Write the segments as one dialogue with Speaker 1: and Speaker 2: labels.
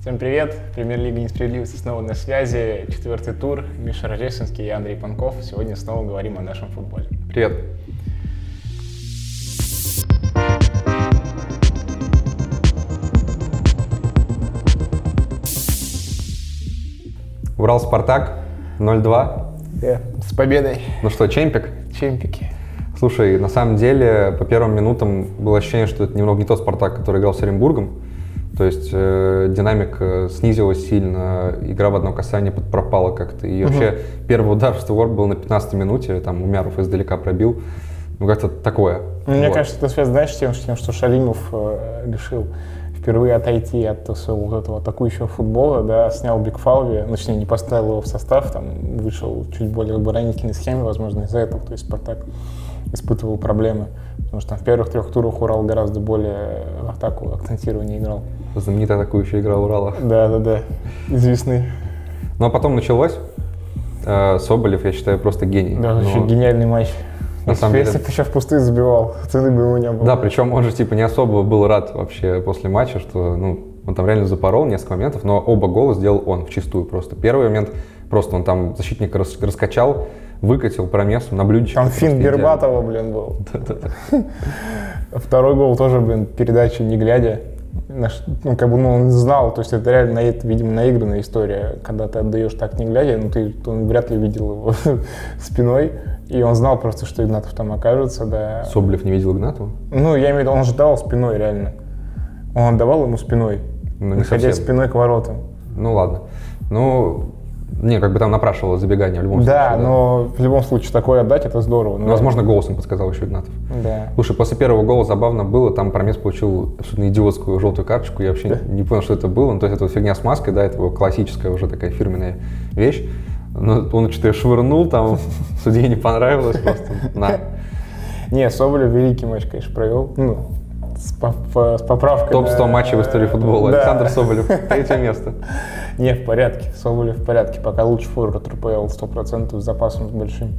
Speaker 1: Всем привет! Премьер-лига несправедливости снова на связи. Четвертый тур. Миша Рождественский и Андрей Панков. Сегодня снова говорим о нашем футболе.
Speaker 2: Привет. Урал Спартак 0-2.
Speaker 1: Э, С победой,
Speaker 2: Ну что, чемпик?
Speaker 1: чемпики.
Speaker 2: Слушай, на самом деле, по первым минутам было ощущение, что это немного не тот Спартак, который играл с Оренбургом. То есть э, динамика снизилась сильно, игра в одно касание под- пропала как-то. И вообще первый удар в створ был на 15 минуте, там Умяров издалека пробил. Ну как-то такое.
Speaker 1: Мне
Speaker 2: Вот.
Speaker 1: кажется, это связано, знаешь, с тем, с тем, что Шалимов э, решил впервые отойти от своего вот этого атакующего футбола, да, снял Бигфалви, ну, точнее, не поставил его в состав, там, вышел чуть более в оборонительной схеме, возможно, из-за этого, то есть Спартак испытывал проблемы, потому что там в первых трех турах Урал гораздо более в атаку акцентирование играл.
Speaker 2: Знаменитая атакующая игра Урала.
Speaker 1: Да-да-да, известный.
Speaker 2: Ну а потом началось. Э, Соболев, я считаю, просто гений.
Speaker 1: Да,
Speaker 2: Ну,
Speaker 1: вообще гениальный матч.
Speaker 2: На
Speaker 1: Если-
Speaker 2: самом деле-
Speaker 1: Если бы еще в пустые забивал, цены бы его не было.
Speaker 2: Да, причем он же типа не особо был рад вообще после матча, что ну, он там реально запорол несколько моментов, но оба гола сделал он в чистую просто. Первый момент просто он там защитника рас- раскачал, выкатил промесу на блюдечке.
Speaker 1: Там
Speaker 2: просто
Speaker 1: финт
Speaker 2: идеально.
Speaker 1: Бербатова, блин, был.
Speaker 2: Да-да-да.
Speaker 1: Второй гол тоже, блин, передача не глядя. Наш- Ну, как бы ну, он знал, то есть это реально, на- это, видимо, наигранная история. Когда ты отдаешь так не глядя, ну, ты, он вряд ли видел его спиной. И он знал просто, что Игнатов там окажется, да.
Speaker 2: Соболев не видел Игнатова?
Speaker 1: Ну, я имею в виду, он ждал спиной реально. Он отдавал ему спиной,
Speaker 2: Ну, не
Speaker 1: находясь
Speaker 2: совсем.
Speaker 1: спиной к воротам.
Speaker 2: Ну ладно. Ну, не, как бы там напрашивало забегание в любом
Speaker 1: да,
Speaker 2: случае.
Speaker 1: но в любом случае такое отдать, это здорово.
Speaker 2: Ну,
Speaker 1: Но-
Speaker 2: Возможно, голосом подсказал еще Игнатов.
Speaker 1: Да.
Speaker 2: Слушай, после первого гола забавно было, там Промес получил абсолютно идиотскую желтую карточку, я вообще не понял, что это было. Ну, то есть это вот фигня с маской, да, это его классическая уже такая фирменная вещь. Но он что-то её швырнул, там судье не понравилось просто. На.
Speaker 1: Не, Соболев великий матч, конечно, провел. Ну, с, по- по- с поправкой.
Speaker 2: Топ-100
Speaker 1: на-
Speaker 2: матчей в истории футбола.
Speaker 1: Да.
Speaker 2: Александр Соболев, третье место.
Speaker 1: Не, в порядке. Соболев в порядке. Пока лучше форвард РПЛ 100% с запасом с большим.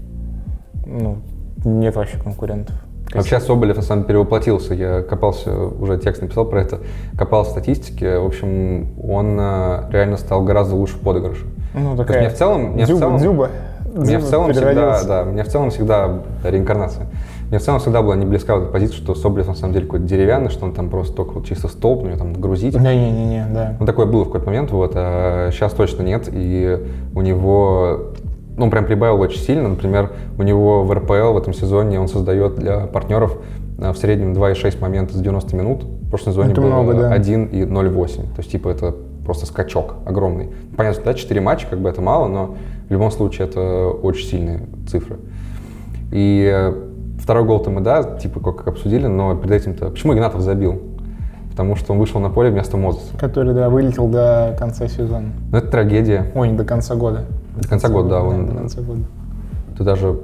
Speaker 1: Ну, нет вообще конкурентов.
Speaker 2: А Вообще Соболев на самом деле перевоплотился. Я копался, уже текст написал про это, копал в статистике. В общем, он э, реально стал гораздо лучше в подыгрыше.
Speaker 1: Ну,
Speaker 2: То есть
Speaker 1: такая...
Speaker 2: мне в целом, мне в
Speaker 1: дзюба,
Speaker 2: целом-
Speaker 1: дзюба.
Speaker 2: Мне в
Speaker 1: Дзюба
Speaker 2: целом всегда,
Speaker 1: переродился.
Speaker 2: да, мне в целом всегда да, реинкарнация. Мне в целом всегда была не близка вот эта позиция, что Соболев на самом деле какой-то деревянный, что он там просто только вот чисто столб, ну, её там грузить.
Speaker 1: Не-не-не, да.
Speaker 2: Ну, такое было в какой-то момент, вот, а сейчас точно нет, и у него, ну, он прям прибавил очень сильно, например, у него в РПЛ в этом сезоне он создает для партнеров а, в среднем 2,6 момента за 90 минут, в прошлом сезоне
Speaker 1: Это
Speaker 2: было
Speaker 1: много, да.
Speaker 2: 1 и 0,8, то есть, типа, это просто скачок огромный. Понятно, что, да, 4 матча, как бы это мало, но в любом случае это очень сильные цифры. И э, второй гол-то мы, да, типа, как обсудили, но перед этим-то... Почему Игнатов забил? Потому что он вышел на поле вместо Мозеса.
Speaker 1: Который, да, вылетел до конца сезона.
Speaker 2: Ну, это трагедия.
Speaker 1: Ой, не до конца года.
Speaker 2: До конца года, да,
Speaker 1: До
Speaker 2: он...
Speaker 1: конца года.
Speaker 2: Ты даже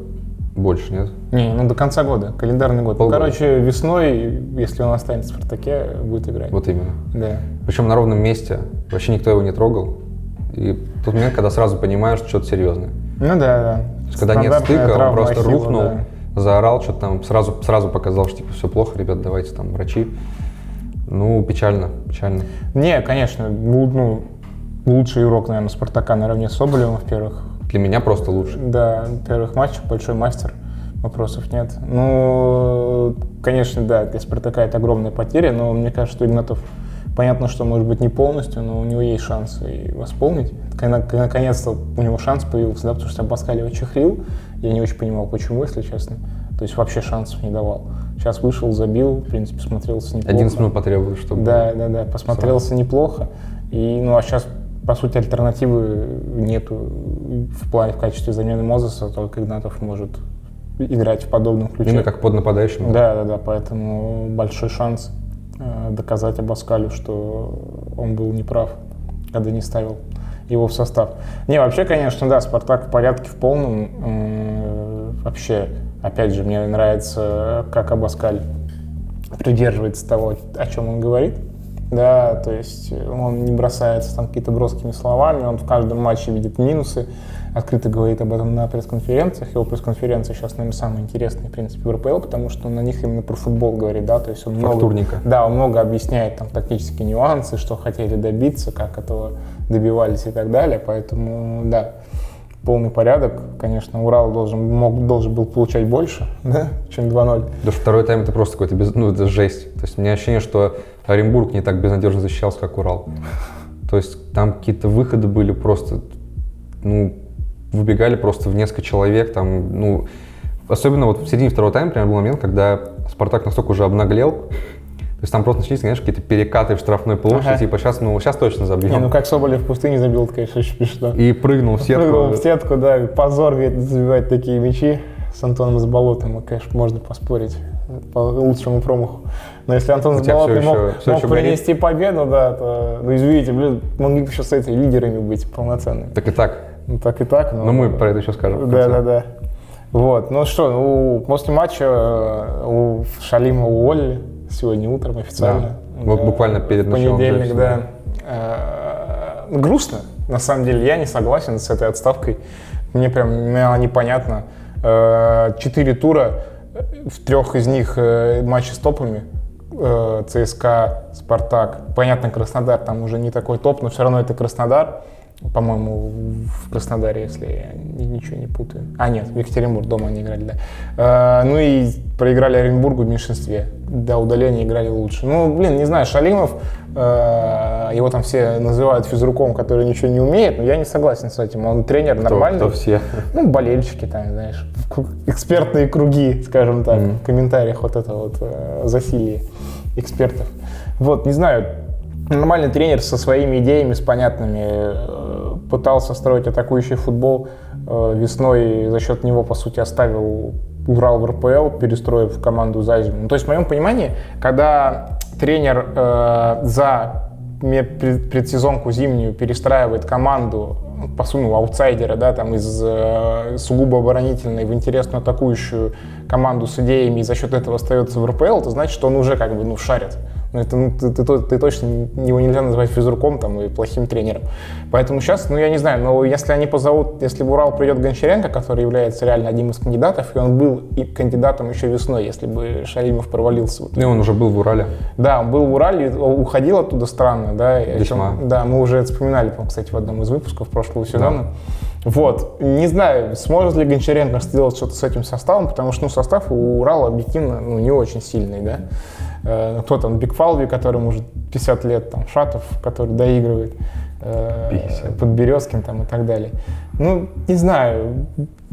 Speaker 2: больше, нет?
Speaker 1: Не, ну до конца года, календарный год. Ну,
Speaker 2: Полгода.
Speaker 1: Короче, весной, если он останется в Спартаке, будет играть.
Speaker 2: Вот именно.
Speaker 1: Да.
Speaker 2: Причем на ровном месте. Вообще никто его не трогал. И тот момент, когда сразу понимаешь, что это серьезное.
Speaker 1: Ну да, да.
Speaker 2: То есть, когда нет
Speaker 1: Стандартная
Speaker 2: стыка, он
Speaker 1: травма
Speaker 2: просто
Speaker 1: Ахилла,
Speaker 2: рухнул,
Speaker 1: да.
Speaker 2: заорал, что-то там сразу, сразу показал, что типа все плохо, ребят, давайте там врачи. Ну, печально, печально.
Speaker 1: Не, конечно, ну, ну, лучший игрок, наверное, Спартака наравне с Соболевым в первых,
Speaker 2: Для меня просто лучше.
Speaker 1: да, в первых матчах, большой мастер, вопросов нет. Ну, конечно, да, для Спартака это огромная потеря, но мне кажется, что Игнатов, понятно, что может быть не полностью, но у него есть шанс и восполнить. Кон- Наконец-то у него шанс появился, да, потому что Абаскаль его чехлил, я не очень понимал, почему, если честно. То есть вообще шансов не давал. Сейчас вышел, забил, в принципе, смотрелся неплохо.
Speaker 2: 11 минут потребует, чтобы...
Speaker 1: Да, да, да, посмотрелся неплохо. И, ну, а сейчас, по сути, альтернативы нету в плане в качестве замены Мозеса, только Игнатов может играть в подобном ключе.
Speaker 2: Именно как под нападающим.
Speaker 1: Да, да, да, поэтому большой шанс э, доказать Абаскалю, что он был неправ, когда не ставил его в состав. Не, вообще, конечно, да, Спартак в порядке в полном. Э, Вообще, опять же, мне нравится, как Абаскаль придерживается того, о чем он говорит. да, то есть э, он не бросается там какие-то броскими словами, он в каждом матче видит минусы, открыто говорит об этом на пресс-конференциях, его пресс-конференции сейчас, наверное, самые интересные, в принципе, в РПЛ, потому что он на них именно про футбол говорит, да, то есть он много,
Speaker 2: Фактурненько.
Speaker 1: да, он много объясняет там тактические нюансы, что хотели добиться, как этого добивались и так далее, поэтому, да, полный порядок, конечно, Урал должен, мог, должен был получать больше, да, чем 2-0.
Speaker 2: Потому что второй тайм это просто какой-то без... ну, это жесть. То есть у меня ощущение, что Оренбург не так безнадежно защищался, как Урал. То есть там какие-то выходы были просто, ну, выбегали просто в несколько человек, там, ну, особенно вот в середине второго тайма, например, был момент, когда Спартак настолько уже обнаглел, то есть там просто начались, знаешь, какие-то перекаты в штрафной площади,
Speaker 1: Ага.
Speaker 2: типа сейчас, ну, сейчас точно забьем.
Speaker 1: Не, ну как Соболев в пустыне забил, это, конечно, очень смешно.
Speaker 2: И прыгнул в сетку.
Speaker 1: Прыгнул в сетку, да, позор говорит, забивать такие мячи с Антоном Заболотым, и, конечно, можно поспорить по лучшему промаху. Но если Антон
Speaker 2: У тебя всё
Speaker 1: Заболотный мог,
Speaker 2: ещё- всё
Speaker 1: мог
Speaker 2: ещё горит.
Speaker 1: принести победу, да, то, ну, извините, блин, могли бы еще с этой лидерами быть полноценными.
Speaker 2: Так и так.
Speaker 1: Ну, так и так, но...
Speaker 2: Но мы про это еще скажем. в
Speaker 1: Да, да,
Speaker 2: конце.
Speaker 1: да. Вот, ну что, ну, после матча э, у Шалима уволили сегодня утром официально. Э,
Speaker 2: Да. Вот буквально перед
Speaker 1: В
Speaker 2: началом
Speaker 1: понедельник,
Speaker 2: записи,
Speaker 1: да. Э, ну, Грустно, на самом деле, я не согласен с этой отставкой. Мне прям мало непонятно. Э, Четыре тура, э, в трех из них э, матчи с топами. Э, ЦСКА, Спартак. Понятно, Краснодар там уже не такой топ, но все равно это Краснодар. По-моему, в Краснодаре, если я ни- ничего не путаю. А, нет, в Екатеринбург дома они играли, да. Э, ну и проиграли Оренбургу в меньшинстве. До удаления играли лучше. Ну, блин, не знаю, Шалимов, э, его там все называют физруком, который ничего не умеет, но я не согласен с этим. Он тренер
Speaker 2: Кто-
Speaker 1: нормальный.
Speaker 2: кто все.
Speaker 1: Ну, болельщики там, знаешь, ку- экспертные круги, скажем так, в комментариях вот это вот э, засилие экспертов. Вот, не знаю, нормальный тренер со своими идеями, с понятными, э, пытался строить атакующий футбол э, весной, и за счет него, по сути, оставил Урал в РПЛ, перестроив команду за зиму. Ну, то есть, в моем понимании, когда тренер э, за ме- пред- предсезонку зимнюю перестраивает команду, по сути, ну, аутсайдера, да, там из э, сугубо оборонительной в интересную атакующую команду с идеями и за счет этого остается в РПЛ, то значит, что он уже как бы ну, шарит. Ну, это, ну, ты, ты то- ты точно не- его нельзя назвать физруком там, и плохим тренером. Поэтому сейчас, ну я не знаю, но если они позовут, если в Урал придет Гончаренко, который является реально одним из кандидатов, и он был и кандидатом еще весной, если бы Шалимов провалился. вот
Speaker 2: Ну, и он уже был в Урале.
Speaker 1: да, он был в Урале, уходил оттуда странно, да. и о
Speaker 2: Весьма.
Speaker 1: чём- да, мы уже это вспоминали, по-моему, кстати, в одном из выпусков прошлого сезона. Вот, не знаю, сможет ли Гончаренко сделать что-то с этим составом, потому что, ну, состав у Урала объективно, ну, не очень сильный, да. Э, Кто там, Бигфалви, которому уже 50 лет, там, Шатов, который доигрывает, э,
Speaker 2: 50.
Speaker 1: под Березкин там и так далее. Ну, не знаю,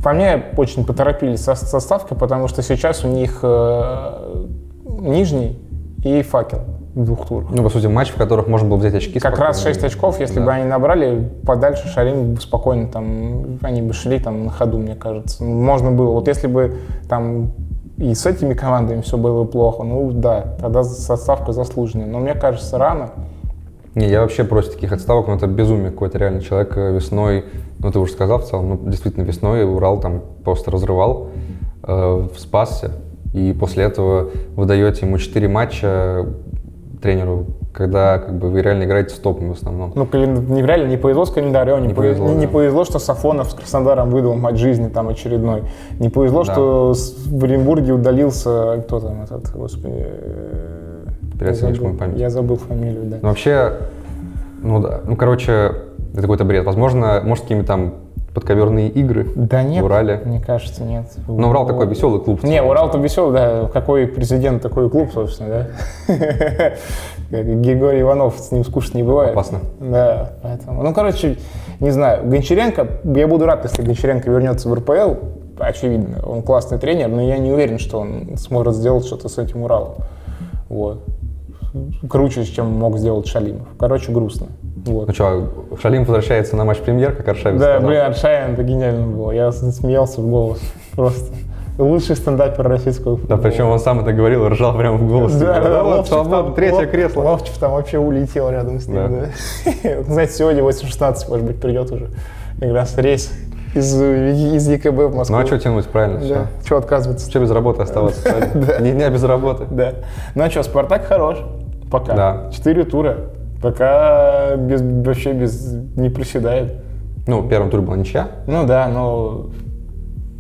Speaker 1: по мне очень поторопились со со ставкой, потому что сейчас у них э, нижний и факел в двух турах.
Speaker 2: Ну, по сути, матч, в которых можно было взять очки.
Speaker 1: Как раз
Speaker 2: спокойно.
Speaker 1: 6 очков, если
Speaker 2: Да.
Speaker 1: бы они набрали, подальше Шарим бы спокойно там, они бы шли там на ходу, мне кажется. Ну, Можно было, вот если бы там и с этими командами все было плохо, ну да, тогда составка заслуженная. Но мне кажется, рано.
Speaker 2: Не, я вообще против таких отставок, но это безумие какой-то реально. Человек э, весной, ну ты уже сказал в целом, ну действительно весной Урал там просто разрывал, э, спасся. И после этого вы даете ему 4 матча э, тренеру, когда как бы вы реально играете с топами в основном.
Speaker 1: Ну, кален- не реально не повезло с календарем, не,
Speaker 2: Не
Speaker 1: повезло, не,
Speaker 2: повезло, да.
Speaker 1: не повезло, что Сафонов с Краснодаром выдал матч жизни там очередной. Не повезло,
Speaker 2: Да.
Speaker 1: что с- в Оренбурге удалился, кто там этот, господи, э, я
Speaker 2: Переоценишь
Speaker 1: забыл-
Speaker 2: мою память.
Speaker 1: Я забыл фамилию, да.
Speaker 2: Ну, вообще, ну да, ну короче, это какой-то бред. Возможно, может какими там подковерные игры
Speaker 1: Да нет,
Speaker 2: в Урале.
Speaker 1: мне кажется, нет.
Speaker 2: Но Урал такой веселый клуб. в
Speaker 1: Не,
Speaker 2: целом.
Speaker 1: Урал-то веселый, да. Какой президент, такой и клуб, собственно, да. Как Григорий Иванов, с ним скучно не бывает.
Speaker 2: Опасно.
Speaker 1: Да, поэтому. Ну, короче, не знаю. Гончаренко, я буду рад, если Гончаренко вернется в РПЛ. Очевидно, он классный тренер, но я не уверен, что он сможет сделать что-то с этим Уралом. Вот. Круче, чем мог сделать Шалимов. Короче, грустно. Вот.
Speaker 2: Ну что, Шалим возвращается на матч премьер, как Аршавин
Speaker 1: Да,
Speaker 2: сказал.
Speaker 1: блин, Аршавин, это гениально было. Я с- смеялся в голос. Просто. Лучший стендапер российского
Speaker 2: Да,
Speaker 1: футбола.
Speaker 2: причем он сам это говорил, и ржал прямо в голос. типа,
Speaker 1: Да, да, да,
Speaker 2: вот,
Speaker 1: Ловчев
Speaker 2: свободно,
Speaker 1: там-
Speaker 2: третье
Speaker 1: Лов-
Speaker 2: кресло.
Speaker 1: Ловчев там вообще улетел рядом с ним,
Speaker 2: Да.
Speaker 1: да. Вот, Знаете, сегодня 8.16, может быть, придет уже как раз рейс из, из ЕКБ в Москву.
Speaker 2: Ну а что тянуть, правильно,
Speaker 1: Да. Чего отказываться?
Speaker 2: Что без работы оставаться, правильно? Ни дня без работы.
Speaker 1: Да. Ну а что, Спартак хорош. Пока.
Speaker 2: Да.
Speaker 1: Четыре тура. Пока без, вообще без, не приседает.
Speaker 2: Ну, в первом туре была ничья,
Speaker 1: Ну да, но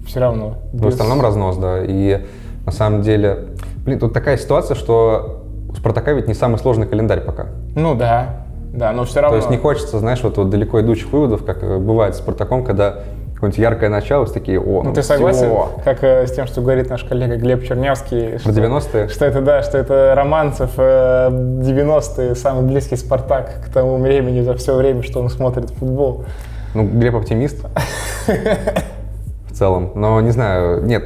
Speaker 1: все равно.
Speaker 2: но в остальном разнос, да. И на самом деле, блин, тут такая ситуация, что у Спартака ведь не самый сложный календарь пока.
Speaker 1: Ну да, да, но все
Speaker 2: То
Speaker 1: равно.
Speaker 2: есть не хочется, знаешь, вот, вот далеко идущих выводов, как э, бывает с Спартаком, когда какое-нибудь яркое начало, все такие, о,
Speaker 1: Ну, ты
Speaker 2: всё».
Speaker 1: согласен, как э, с тем, что говорит наш коллега Глеб Чернявский?
Speaker 2: Про
Speaker 1: что-
Speaker 2: 90-е?
Speaker 1: Что это, да, что это Романцев, э, 90-е, самый близкий Спартак к тому времени за все время, что он смотрит футбол.
Speaker 2: Ну, Глеб оптимист. В целом. Но не знаю, нет,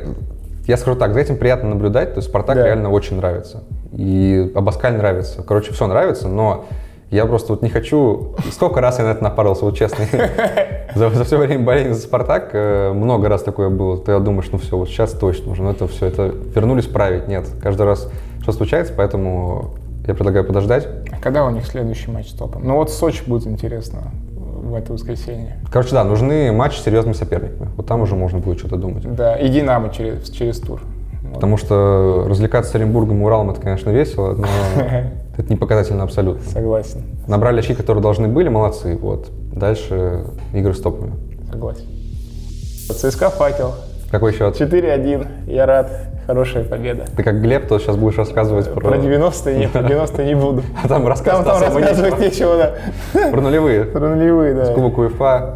Speaker 2: я скажу так, за этим приятно наблюдать, то есть Спартак
Speaker 1: Да.
Speaker 2: реально очень нравится. И Абаскаль нравится. Короче, все нравится, но я просто вот не хочу... Сколько раз я на это напарился, вот честно. За, все время боления за Спартак э, много раз такое было. Ты думаешь, ну все, вот сейчас точно уже, ну это все, это вернулись править. Нет, каждый раз что случается, поэтому я предлагаю подождать.
Speaker 1: А когда у них следующий матч с топом? Ну вот Сочи будет интересно в это воскресенье.
Speaker 2: Короче, да, нужны матчи с серьезными соперниками. Вот там уже можно будет что-то думать.
Speaker 1: Да, и Динамо через, через тур. Вот.
Speaker 2: Потому что развлекаться с Оренбургом и Уралом это, конечно, весело, но это не показательно абсолютно.
Speaker 1: Согласен,
Speaker 2: Набрали очки, которые должны были, молодцы. Вот. Дальше игры с топами.
Speaker 1: согласен. ЦСКА «Факел».
Speaker 2: Какой еще ответ?
Speaker 1: 4-1. Я рад. Хорошая победа.
Speaker 2: Ты как Глеб, то сейчас будешь рассказывать про...
Speaker 1: Э, Про 90-е не, про 90-е не буду.
Speaker 2: А там
Speaker 1: Там,
Speaker 2: рассказывать
Speaker 1: там
Speaker 2: особо
Speaker 1: рассказывать
Speaker 2: нечего.
Speaker 1: нечего, да.
Speaker 2: Про нулевые.
Speaker 1: Про нулевые, да.
Speaker 2: Кубок УЕФА.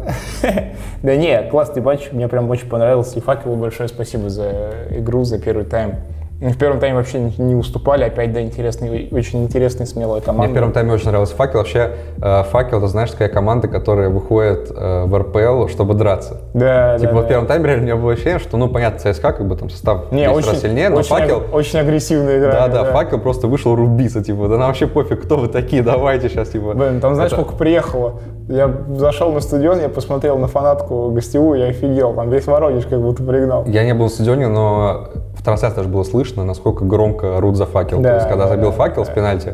Speaker 1: Да не, классный матч, мне прям очень понравился. И Факелу большое спасибо за игру, за первый тайм. Ну, В первом тайме вообще не- не уступали, опять, да, интересный, очень интересная, смелая
Speaker 2: Мне в
Speaker 1: команда.
Speaker 2: первом тайме очень нравился «Факел». Вообще, э, «Факел» — это, знаешь, такая команда, которая выходит э, в РПЛ, чтобы драться.
Speaker 1: Да,
Speaker 2: Типа
Speaker 1: да,
Speaker 2: вот в
Speaker 1: да.
Speaker 2: первом тайме реально у меня было ощущение, что, ну, понятно, ЦСКА как бы там состав
Speaker 1: Не,
Speaker 2: 10
Speaker 1: очень,
Speaker 2: раз сильнее, но
Speaker 1: очень, аг-
Speaker 2: «Факел»
Speaker 1: очень агрессивная игра.
Speaker 2: Да, да, факел просто вышел рубиться, типа, да нам вообще пофиг, кто вы такие, давайте сейчас, типа.
Speaker 1: Блин, там знаешь,
Speaker 2: Это-
Speaker 1: сколько приехало? Я зашел на стадион, я посмотрел на фанатку гостевую, я офигел. Там весь Воронеж как будто пригнал.
Speaker 2: Я не был в стадионе, но в трансляции даже было слышно, насколько громко орут за факел.
Speaker 1: Да,
Speaker 2: То есть, когда
Speaker 1: да,
Speaker 2: забил
Speaker 1: да,
Speaker 2: факел
Speaker 1: да.
Speaker 2: с пенальти,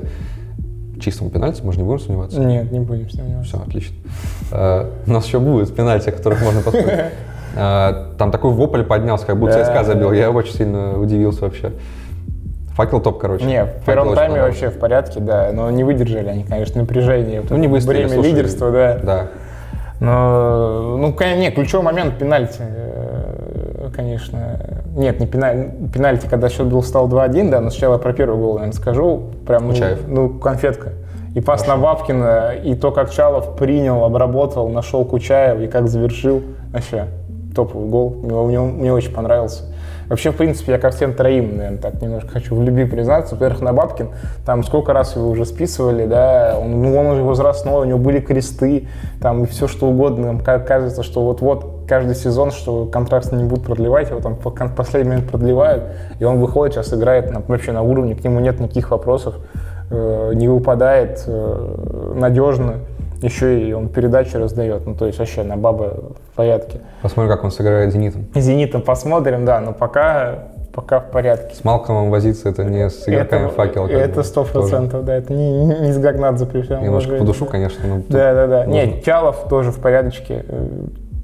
Speaker 2: чистому пенальти, мы же не будем сомневаться.
Speaker 1: Нет, не будем с ним не
Speaker 2: Все, отлично. Э, У нас еще будет пенальти, о которых можно поспорить. Э, Там такой вопль поднялся, как будто
Speaker 1: Да,
Speaker 2: ЦСКА забил.
Speaker 1: да.
Speaker 2: Я очень сильно удивился вообще. Факел топ, короче.
Speaker 1: Не, в
Speaker 2: Факел
Speaker 1: первом
Speaker 2: очень
Speaker 1: тайме
Speaker 2: понравился.
Speaker 1: вообще в порядке, да, но не выдержали они, конечно, напряжение. вот
Speaker 2: Ну, не
Speaker 1: это
Speaker 2: быстро.
Speaker 1: Время лидерства, да.
Speaker 2: Да.
Speaker 1: Но, ну, конечно, не, ключевой момент пенальти, э, конечно. Нет, не пенальти, пенальти, когда счет был стал 2-1, да, но сначала про первый гол, наверное, скажу. Прям, ну,
Speaker 2: Кучаев.
Speaker 1: ну, конфетка. И пас на Бабкина, и то, как Чалов принял, обработал, нашел Кучаев, и как завершил. Вообще, топовый гол. Мне, мне он- мне очень понравился. Вообще, в принципе, я ко всем троим, наверное, так немножко хочу в любви признаться. Во-первых, на Бабкин, там сколько раз его уже списывали, да, он, ну, он уже возрастной, у него были кресты, там, и все что угодно. Нам ка- кажется, что вот-вот каждый сезон, что контракт с ним не будут продлевать, его там в кон- последний момент продлевают, и он выходит, сейчас играет на- вообще на уровне, к нему нет никаких вопросов, э, не выпадает э, надежно, еще и он передачи раздает, ну, то есть вообще на баба в порядке.
Speaker 2: Посмотрим, как он сыграет с зенитом.
Speaker 1: Зенитом посмотрим, да, но пока, пока в порядке.
Speaker 2: С Малкомом возиться это не с игроками
Speaker 1: это,
Speaker 2: факела. как бы,
Speaker 1: Это сто
Speaker 2: тоже.
Speaker 1: процентов, да, это не, не, не с Гагнадзе при всем
Speaker 2: Немножко по
Speaker 1: уважении,
Speaker 2: душу,
Speaker 1: да.
Speaker 2: конечно. но тут-
Speaker 1: Да, да, да.
Speaker 2: нужно.
Speaker 1: Нет, Чалов тоже в порядочке. Э,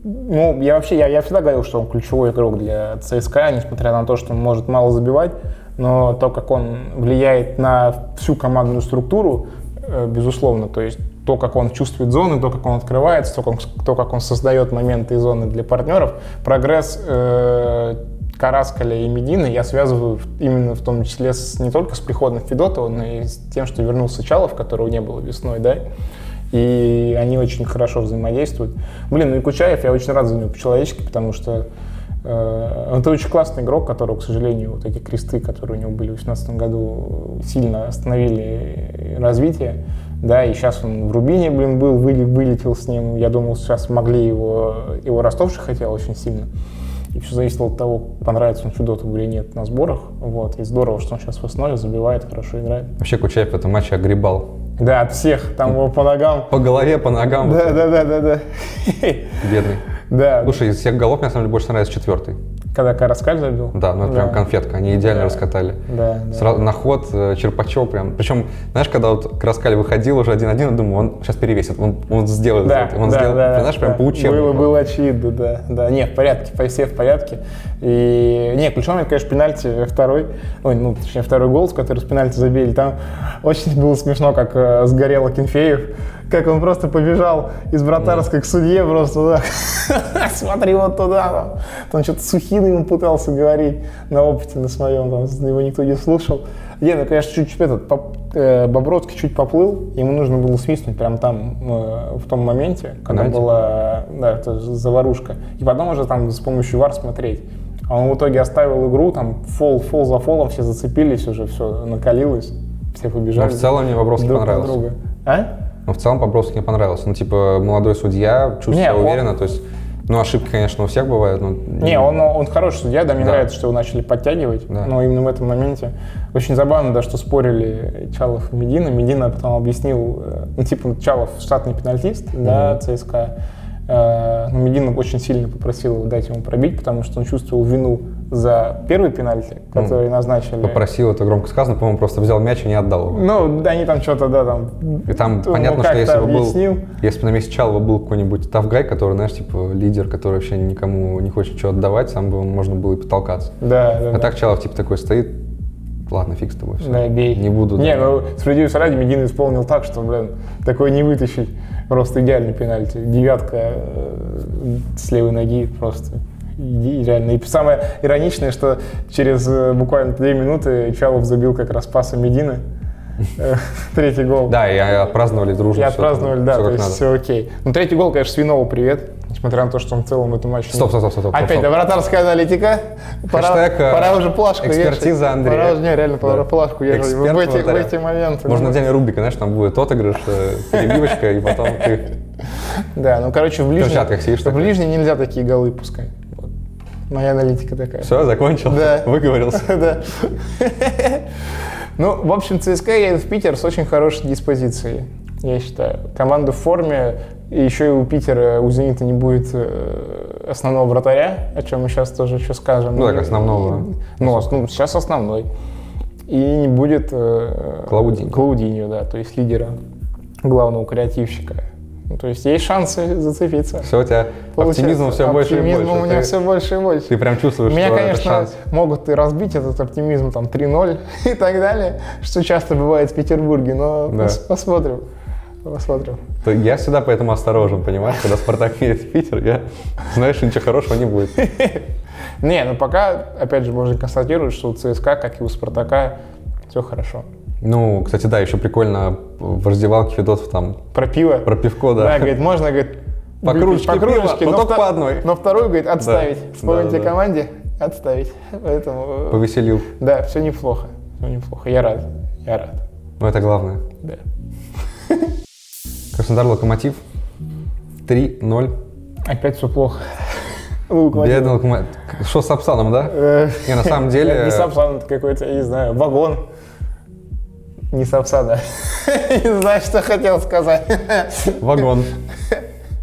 Speaker 1: Ну, я вообще, я, я всегда говорил, что он ключевой игрок для ЦСКА, несмотря на то, что он может мало забивать, но то, как он влияет на всю командную структуру, э, безусловно, то есть то, как он чувствует зоны, то, как он открывается, то, как он, то, как он создает моменты и зоны для партнеров, прогресс э, Караскаля и Медины я связываю в- именно в том числе с, не только с приходом Федотова, но и с тем, что вернулся Чалов, которого не было весной, да, и они очень хорошо взаимодействуют. Блин, ну и Кучаев, я очень рад за него по-человечески, потому что э, он это очень классный игрок, которого, к сожалению, вот эти кресты, которые у него были в 2018 году, сильно остановили развитие. Да, и сейчас он в Рубине, блин, был, выле- вылетел с ним. Я думал, сейчас могли его... Его Ростов же хотел очень сильно. И все зависело от того, понравится он Федотову или нет на сборах. Вот. И здорово, что он сейчас в основе забивает, хорошо играет.
Speaker 2: Вообще Кучаев в этом матче огребал.
Speaker 1: Да, от всех. Там его по ногам.
Speaker 2: По голове, по ногам, вот
Speaker 1: Да, да, да, да, да.
Speaker 2: бедный.
Speaker 1: Да,
Speaker 2: Слушай, из всех голов, мне на самом деле, больше нравится четвертый.
Speaker 1: Когда Караскаль забил?
Speaker 2: Да, ну это прям конфетка, они идеально
Speaker 1: Да.
Speaker 2: раскатали.
Speaker 1: Да, да.
Speaker 2: Сразу на ход э, Черпачев прям. Причем, знаешь, когда вот Краскаль выходил уже один-один, я думаю, он сейчас перевесит, он, он сделает
Speaker 1: Да,
Speaker 2: это, он
Speaker 1: да,
Speaker 2: сделает,
Speaker 1: да,
Speaker 2: знаешь, прям
Speaker 1: да.
Speaker 2: по учебнику.
Speaker 1: Было, было очевидно, да. да. Не, в порядке, по- все в порядке. И не, ключевой момент, конечно, пенальти второй, ой, ну, точнее, второй гол, с который с пенальти забили. Там очень было смешно, как э, сгорел Акинфеев, как он просто побежал из Братарской к судье просто, да. смотри вот туда, там, там что-то Сухин ему пытался говорить на опыте на своем, там, его никто не слушал. Не, ну, конечно, чуть чуть этот, поп- э, Бобровский чуть поплыл, ему нужно было свистнуть прямо там, э, в том моменте, когда
Speaker 2: Знаете?
Speaker 1: была да, это же заварушка. И потом уже там с помощью вар смотреть. А он в итоге оставил игру, там фол, фол за фолом, все зацепились уже, все накалилось, все побежали.
Speaker 2: Но в целом мне Бобровский
Speaker 1: друг на
Speaker 2: понравился.
Speaker 1: друга. А?
Speaker 2: Но в целом Бобровский мне понравился. Ну, типа, молодой судья, чувствую
Speaker 1: Не,
Speaker 2: себя
Speaker 1: он-
Speaker 2: уверенно, то есть, ну, ошибки, конечно, у всех бывают, но...
Speaker 1: Не, он, он хороший судья, да, мне
Speaker 2: Да.
Speaker 1: нравится, что его начали подтягивать,
Speaker 2: Да.
Speaker 1: но именно в этом моменте. Очень забавно, да, что спорили Чалов и Медина. Медина потом объяснил, э, ну, типа, Чалов штатный пенальтист, да, ЦСКА. Э, Но Медина очень сильно попросил дать ему пробить, потому что он чувствовал вину за первый пенальти, который назначили.
Speaker 2: Попросил, это громко сказано, по-моему, просто взял мяч и не отдал его.
Speaker 1: Ну, да, они там что-то, да, там...
Speaker 2: И там
Speaker 1: ну,
Speaker 2: понятно, что
Speaker 1: как-то
Speaker 2: если бы
Speaker 1: объяснил.
Speaker 2: был, если бы на месте Чалова был какой-нибудь тавгай, который, знаешь, типа лидер, который вообще никому не хочет что отдавать, там бы можно было и потолкаться.
Speaker 1: Да, да,
Speaker 2: А
Speaker 1: да.
Speaker 2: так Чалов типа такой стоит, ладно, фиг с тобой, всё.
Speaker 1: Да, бей.
Speaker 2: Не буду.
Speaker 1: Не,
Speaker 2: да.
Speaker 1: ну, справедливости ради, Медин исполнил так, что, блин, такое не вытащить. Просто идеальный пенальти. Девятка э, с левой ноги просто. И- и реально. И самое ироничное, что через э, буквально две минуты Чалов забил как раз паса Медины. Э, Третий гол.
Speaker 2: Да, и отпраздновали дружно.
Speaker 1: И
Speaker 2: всё там,
Speaker 1: отпраздновали, да, то
Speaker 2: всё как
Speaker 1: есть
Speaker 2: надо.
Speaker 1: все окей. Ну, третий гол, конечно, Свинову привет, несмотря на то, что он в целом в этом матче... не-
Speaker 2: Стоп, стоп, стоп, стоп, стоп,
Speaker 1: Опять,
Speaker 2: стоп.
Speaker 1: да, вратарская аналитика. Пора,
Speaker 2: Хэштег, э,
Speaker 1: пора уже плашку
Speaker 2: экспертиза
Speaker 1: вешать.
Speaker 2: Андрея.
Speaker 1: Пора уже, не, реально, пора
Speaker 2: Да.
Speaker 1: плашку вешать. В
Speaker 2: Эксперт
Speaker 1: эти, в
Speaker 2: вратаря.
Speaker 1: эти моменты.
Speaker 2: Можно
Speaker 1: ну,
Speaker 2: отдельно рубрика, знаешь, там будет отыгрыш, э, перебивочка, и потом ты...
Speaker 1: Да, ну, короче, в
Speaker 2: перчатках сидишь
Speaker 1: ближней... В
Speaker 2: такой.
Speaker 1: ближней нельзя такие голы пускать. Вот. Моя аналитика такая.
Speaker 2: Все, закончил,
Speaker 1: Да.
Speaker 2: выговорился.
Speaker 1: Да. Ну, в общем, ЦСКА едет в Питер с очень хорошей диспозицией, я считаю. Команда в форме, и еще и у Питера, у «Зенита» не будет э, основного вратаря, о чем мы сейчас тоже еще скажем.
Speaker 2: Ну, так,
Speaker 1: И-
Speaker 2: основного.
Speaker 1: и- Ну, ос- ну, сейчас основной. И не будет... э,
Speaker 2: Клаудиньо.
Speaker 1: Клаудиньо, да, то есть лидера, главного креативщика. Ну, То есть есть шансы зацепиться.
Speaker 2: Все, у тебя оптимизм все больше и больше.
Speaker 1: Оптимизма у меня
Speaker 2: Ты-
Speaker 1: все больше и больше.
Speaker 2: Ты прям чувствуешь,
Speaker 1: Меня,
Speaker 2: что это
Speaker 1: конечно,
Speaker 2: шанс.
Speaker 1: могут и разбить этот оптимизм там 3-0 и так далее, что часто бывает в Петербурге, но
Speaker 2: Да.
Speaker 1: пос- посмотрим. Посмотрим.
Speaker 2: То Я всегда поэтому осторожен, понимаешь? Когда Спартак едет в Питер, я знаю, что ничего хорошего не будет.
Speaker 1: Не, ну пока, опять же, можно констатировать, что у ЦСКА, как и у Спартака, все хорошо.
Speaker 2: Ну, кстати, да, еще прикольно в раздевалке Федотов там
Speaker 1: Про пиво.
Speaker 2: про пивко,
Speaker 1: Да,
Speaker 2: да.
Speaker 1: говорит, можно, говорит,
Speaker 2: По
Speaker 1: выпить
Speaker 2: кружечке пива, но только
Speaker 1: вто-
Speaker 2: по одной.
Speaker 1: Но вторую, говорит, отставить.
Speaker 2: Да,
Speaker 1: В памяти
Speaker 2: да, да.
Speaker 1: команде отставить. Поэтому, э,
Speaker 2: Повеселил.
Speaker 1: да, все неплохо. Все неплохо. Я рад. Я рад.
Speaker 2: Ну, это главное.
Speaker 1: Да.
Speaker 2: Краснодар Локомотив 3-0.
Speaker 1: Опять все плохо. Лукман.
Speaker 2: Бедный Локомотив. Что с Апсаном, да?
Speaker 1: Э,
Speaker 2: Не, на самом деле...
Speaker 1: Не Сапсан, это какой-то, я не знаю, вагон. Не Сапсан, да. Не знаю, что хотел сказать.
Speaker 2: Вагон.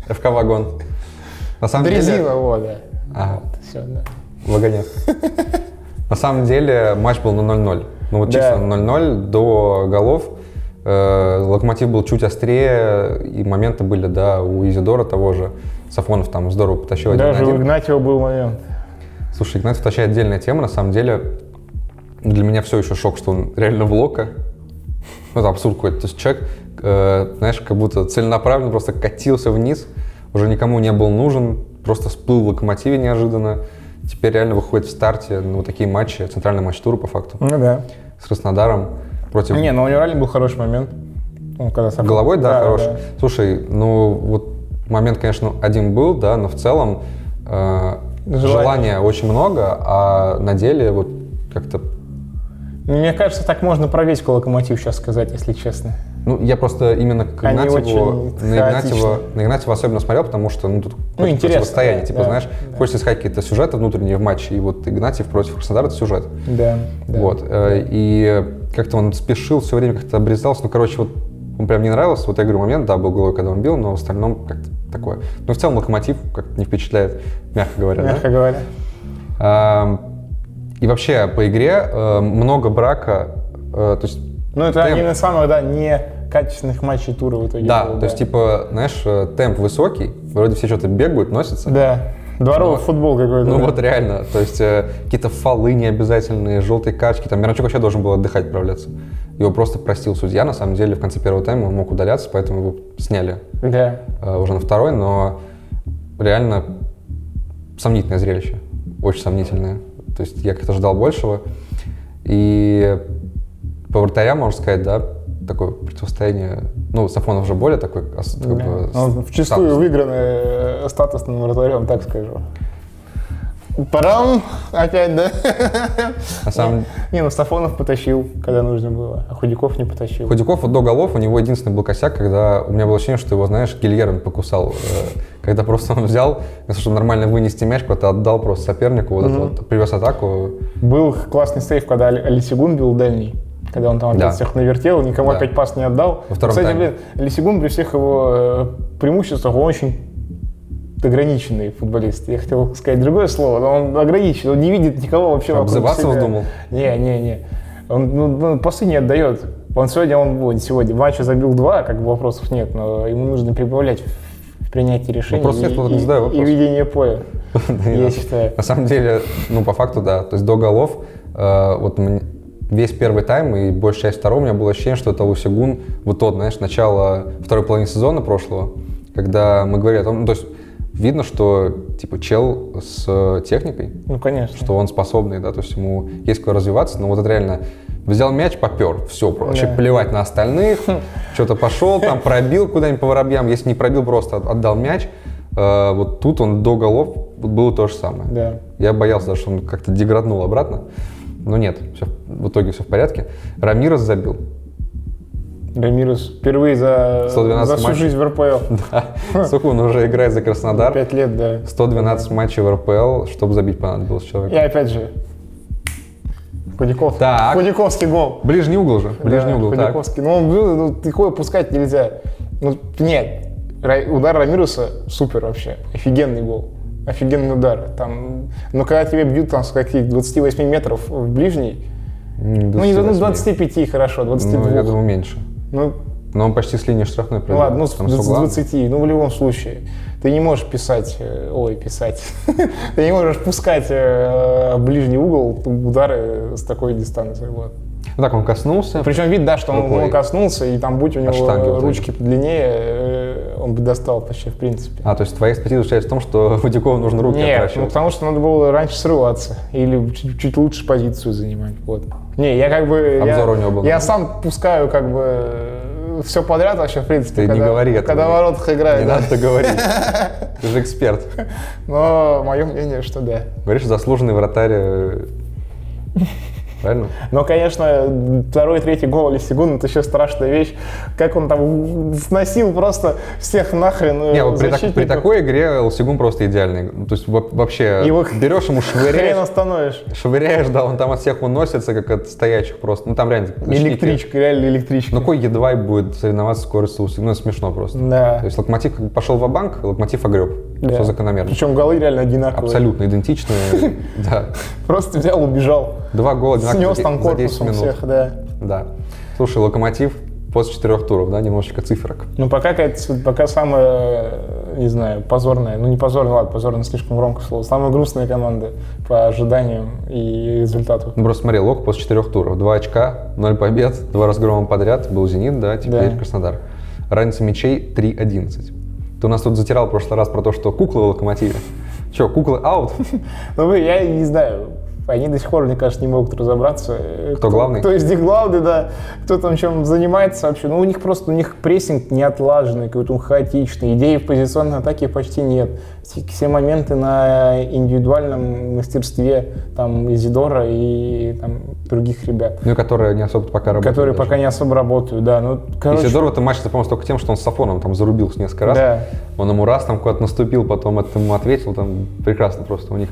Speaker 2: ФК вагон. На самом деле...
Speaker 1: Дрезина, вот, да.
Speaker 2: А,
Speaker 1: Все, да.
Speaker 2: вагонет. На самом деле матч был на 0-0. Ну вот
Speaker 1: Да.
Speaker 2: чисто на 0-0 до голов. Э, Локомотив был чуть острее, и моменты были, да, у Изидора того же. Сафонов там здорово потащил один
Speaker 1: Даже
Speaker 2: на
Speaker 1: у
Speaker 2: один.
Speaker 1: Игнатьева был момент.
Speaker 2: Слушай, Игнатьев вообще отдельная тема, на самом деле. Для меня все еще шок, что он реально в лока. Ну, это абсурд какой-то. То есть человек, э, знаешь, как будто целенаправленно просто катился вниз, уже никому не был нужен, просто всплыл в локомотиве неожиданно. Теперь реально выходит в старте ну, вот такие матчи, центральный матч тура по факту,
Speaker 1: Ну да.
Speaker 2: с Краснодаром против...
Speaker 1: Не, но у него реально был хороший момент. Ну, когда Сафонов-
Speaker 2: Головой, да, хороший.
Speaker 1: да.
Speaker 2: Слушай, ну вот момент, конечно, один был, да, но в целом э,
Speaker 1: Желание.
Speaker 2: желания очень много, а на деле вот как-то
Speaker 1: Мне кажется, так можно про весь локомотив сейчас сказать, если честно.
Speaker 2: Ну, я просто именно к
Speaker 1: Они
Speaker 2: Игнатьеву,
Speaker 1: очень
Speaker 2: на, Игнатьева,
Speaker 1: хаотичны.
Speaker 2: на Игнатьева особенно смотрел, потому что ну, тут какое-то
Speaker 1: интересно,
Speaker 2: противостояние.
Speaker 1: да,
Speaker 2: типа,
Speaker 1: да,
Speaker 2: знаешь, хочется искать какие-то сюжеты внутренние в матче, и вот Игнатьев против Краснодара — это сюжет.
Speaker 1: Да. да.
Speaker 2: Вот. э, И как-то он спешил, все время как-то обрезался. Ну, короче, вот он прям не нравился. Вот я говорю, момент, да, был головой, когда он бил, но в остальном как-то такое. Но в целом Локомотив как-то не впечатляет, мягко говоря. да?
Speaker 1: Мягко говоря.
Speaker 2: И вообще по игре э, много брака, э, то есть
Speaker 1: Ну, это
Speaker 2: темп-
Speaker 1: один из самых, да, не качественных матчей тура в итоге.
Speaker 2: да,
Speaker 1: был,
Speaker 2: то есть типа, знаешь, э, темп высокий, вроде все что-то бегают, носятся.
Speaker 1: Да. Дворовый
Speaker 2: Ну,
Speaker 1: футбол какой-то.
Speaker 2: типа, Ну
Speaker 1: да.
Speaker 2: вот реально, то есть э, какие-то фолы необязательные, желтые качки, там Миранчук вообще должен был отдыхать, отправляться. Его просто простил судья, на самом деле в конце первого тайма он мог удаляться, поэтому его сняли
Speaker 1: Да.
Speaker 2: э, уже на второй, но реально сомнительное зрелище, очень сомнительное. То есть я как-то ждал большего. И по вратарям, можно сказать, да, такое противостояние, ну, Сафонов уже более такой, ос- как
Speaker 1: да. А
Speaker 2: бы,
Speaker 1: Он
Speaker 2: с-
Speaker 1: вчастую
Speaker 2: статус.
Speaker 1: выигран э, статусным вратарем, так скажу. Парам! Опять, да?
Speaker 2: На самом
Speaker 1: Не, ну Сафонов потащил, когда нужно было, а Худяков не потащил.
Speaker 2: Худяков вот до голов, у него единственный был косяк, когда у меня было ощущение, что его, знаешь, Гильерм покусал. э, Когда просто он взял, вместо того, чтобы нормально вынести мяч, куда-то отдал просто сопернику, вот, это вот, привез атаку.
Speaker 1: Был классный сейф, когда Аль- Алисигун бил дальний. Когда он там опять
Speaker 2: Да.
Speaker 1: всех навертел, никому
Speaker 2: Да.
Speaker 1: опять пас не отдал.
Speaker 2: Во втором
Speaker 1: Кстати,
Speaker 2: тайме.
Speaker 1: блин, Алисигун при всех его э, преимуществах, он очень ограниченный футболист. Я хотел сказать другое слово, но он ограничен, он не видит никого вообще вокруг
Speaker 2: Обзываться
Speaker 1: себя.
Speaker 2: вздумал?
Speaker 1: Не, не, не. Он ну, ну, пасы не отдает. Он сегодня, он, он сегодня в матче забил два, как бы вопросов нет, но ему нужно прибавлять в- в принятии решений
Speaker 2: Вопросов нет,
Speaker 1: и,
Speaker 2: вот не
Speaker 1: и-
Speaker 2: задаю вопрос.
Speaker 1: и видение поля,
Speaker 2: Да и
Speaker 1: я
Speaker 2: на-
Speaker 1: считаю.
Speaker 2: На самом деле, ну, по факту, да. То есть до голов, э, вот мне- весь первый тайм и большая часть второго у меня было ощущение, что это Лусигун, вот тот, знаешь, начало второй половины сезона прошлого, когда мы говорили о том, ну, то есть видно, что, типа, чел с э, техникой,
Speaker 1: Ну, конечно.
Speaker 2: что он способный, да, то есть ему есть куда развиваться, но вот это реально взял мяч, попер, все, вообще
Speaker 1: Да. Хм.
Speaker 2: плевать на остальных, что-то пошел, там пробил куда-нибудь по воробьям, если не пробил, просто от- отдал мяч. Э, Вот тут он до голов вот было то же самое.
Speaker 1: Да.
Speaker 2: Я боялся, даже, что он как-то деграднул обратно, но нет, всё в в итоге все в порядке. Рамирес забил.
Speaker 1: Рамирес впервые за,
Speaker 2: 112
Speaker 1: за всю
Speaker 2: матчей.
Speaker 1: жизнь в РПЛ. Хм.
Speaker 2: Сука, он уже играет за Краснодар.
Speaker 1: Пять лет, да.
Speaker 2: 112 матчей в РПЛ, чтобы забить понадобилось
Speaker 1: И
Speaker 2: человеку.
Speaker 1: опять же, Худяков.
Speaker 2: Так.
Speaker 1: Худяковский гол.
Speaker 2: Ближний угол же, ближний
Speaker 1: Да,
Speaker 2: угол, так.
Speaker 1: Худяковский. Ну, он был, ну, такое пускать нельзя. Ну, нет, Ра- удар Рамируса супер вообще. Офигенный гол. Офигенный удар. Там, но когда тебя бьют там с каких 28 метров в ближний, ну, не ну,
Speaker 2: 28.
Speaker 1: 25 хорошо, Ну, 22.
Speaker 2: Ну,
Speaker 1: Ну,
Speaker 2: я думаю, меньше. Но он почти с линии штрафной
Speaker 1: Ну
Speaker 2: пробил.
Speaker 1: Ладно, ну с
Speaker 2: Там с
Speaker 1: с
Speaker 2: угла.
Speaker 1: 20, ну в любом случае. Ты не можешь писать, э, ой, писать. Ты не можешь пускать э, в ближний угол удары с такой дистанции. Вот.
Speaker 2: Ну так, он коснулся.
Speaker 1: Причем вид, да, что он,
Speaker 2: Рукой.
Speaker 1: он коснулся, и там будь у него
Speaker 2: А штанги вот эти.
Speaker 1: ручки подлиннее, э, он бы достал почти в принципе.
Speaker 2: А, то есть твоя экспертиза заключается в том, что Худякову нужно руки
Speaker 1: Нет, ну
Speaker 2: отращивать.
Speaker 1: потому что надо было раньше срываться или чуть, чуть лучше позицию занимать. Вот. Не, я как бы... я-
Speaker 2: Обзор у него был,
Speaker 1: Я
Speaker 2: да?
Speaker 1: сам пускаю как бы все подряд вообще, в принципе.
Speaker 2: Ты не
Speaker 1: когда,
Speaker 2: говори этого.
Speaker 1: Когда в воротах играю,
Speaker 2: Не
Speaker 1: да.
Speaker 2: надо это говорить. Ты же эксперт.
Speaker 1: Но мое мнение, что да.
Speaker 2: Говоришь, заслуженный вратарь. э, Правильно?
Speaker 1: Но, конечно, второй, третий гол Лисигун, это еще страшная вещь. Как он там сносил просто всех нахрен э,
Speaker 2: Не, вот при, так- при
Speaker 1: защитников.
Speaker 2: такой игре Лсигун просто идеальный. Ну, То есть во- вообще
Speaker 1: Его
Speaker 2: берешь ему
Speaker 1: Хрен
Speaker 2: швыряешь,
Speaker 1: остановишь.
Speaker 2: швыряешь, да, он там от всех уносится, как от стоячих просто. Ну там реально защитники.
Speaker 1: Электричка, реально электричка.
Speaker 2: Ну какой едва и будет соревноваться скорость с Лсигуном? Ну это смешно просто.
Speaker 1: да.
Speaker 2: То есть локомотив как бы пошел в банк локомотив огреб.
Speaker 1: да.
Speaker 2: Все закономерно.
Speaker 1: Причем голы реально одинаковые.
Speaker 2: Абсолютно идентичные. Да.
Speaker 1: Просто взял, убежал.
Speaker 2: Два гола одинаковых
Speaker 1: Снес
Speaker 2: за
Speaker 1: там
Speaker 2: де- за 10
Speaker 1: корпусом
Speaker 2: минут.
Speaker 1: всех, да.
Speaker 2: Да. Слушай, локомотив после четырех туров, да, немножечко циферок.
Speaker 1: Ну, пока какая-то, пока самая, э, не знаю, позорная, ну, не позорная, ладно, позорная, слишком громко слово, самая грустная команда по ожиданиям и результату.
Speaker 2: Ну просто смотри, лок после четырех туров. Два очка, ноль побед, два разгрома подряд. Был «Зенит», да, теперь
Speaker 1: Да.
Speaker 2: «Краснодар». Разница мячей 3-11. Ты у нас тут затирал в прошлый раз про то, что куклы в «Локомотиве». Че, куклы аут?
Speaker 1: Ну, вы, я не знаю. Они до сих пор, мне кажется, не могут разобраться. э,
Speaker 2: Кто главный?
Speaker 1: Кто из них главный, да. Кто там чем занимается вообще. Ну, у них просто, у них прессинг не отлаженный, какой-то он хаотичный. Идеи в позиционной атаке почти нет. Все, все моменты на индивидуальном мастерстве там Изидора и там других ребят,
Speaker 2: Ну, и которые не особо пока работают.
Speaker 1: которые
Speaker 2: даже.
Speaker 1: пока не особо работают, да. Ну, короче,
Speaker 2: Исидор в этом матче запомнился только тем, что он с Сафоном там зарубился несколько раз.
Speaker 1: Да.
Speaker 2: Он ему раз там куда-то наступил, потом это ему ответил, там прекрасно просто у них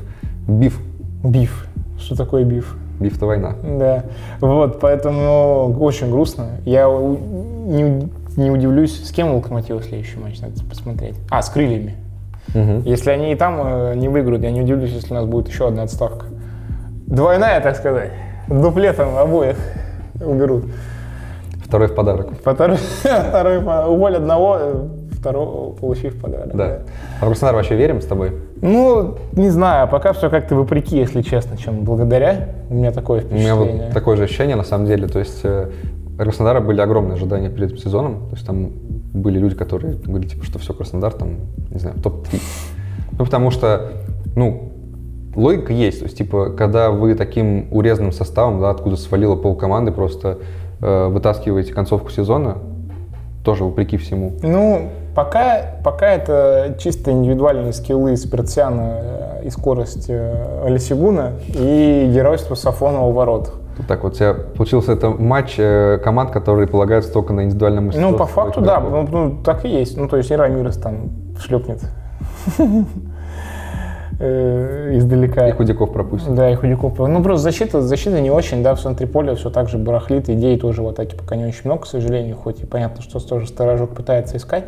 Speaker 2: биф.
Speaker 1: биф. Что такое биф?
Speaker 2: Биф-то война.
Speaker 1: Да, вот, поэтому ну, очень грустно. Я у- не, у- не удивлюсь, с кем у Локомотива следующий матч, надо посмотреть. А, с крыльями.
Speaker 2: Мгм.
Speaker 1: Если они и там э, не выиграют, я не удивлюсь, если у нас будет еще одна отставка. Двойная, так сказать. Дуплетом обоих уберут.
Speaker 2: Второй в подарок.
Speaker 1: Второй, второй по- уволь одного, э, второго получив подарок.
Speaker 2: Да. А в Краснодар вообще верим с тобой?
Speaker 1: Ну, не знаю, пока все как-то вопреки, если честно, чем благодаря. У меня такое
Speaker 2: У меня
Speaker 1: впечатление.
Speaker 2: вот такое же ощущение, на самом деле. То есть э, у Краснодара были огромные ожидания перед этим сезоном. То есть там были люди, которые говорили, типа, что все, Краснодар, там, не знаю, топ-3. Ну, потому что, ну, логика есть. То есть, типа, когда вы таким урезанным составом, да, откуда свалило полкоманды, просто э, вытаскиваете концовку сезона, тоже вопреки всему.
Speaker 1: Ну, пока, пока это чисто индивидуальные скиллы Спиртсяна э, и скорость э, Олесигуна и геройство Сафонова в воротах.
Speaker 2: Вот так вот у тебя получился это матч э, команд, которые полагаются только на индивидуальном мастерстве.
Speaker 1: Ну, по факту, да, ну, ну, так и есть. Ну, то есть и Рамирес там шлепнет Э, издалека.
Speaker 2: И Худяков пропустит.
Speaker 1: Да, и Худяков. Ну, просто защита, защита не очень, да, в центре поля все так же барахлит, идей тоже в атаке пока не очень много, к сожалению, хоть и понятно, что тоже Сторожок пытается искать.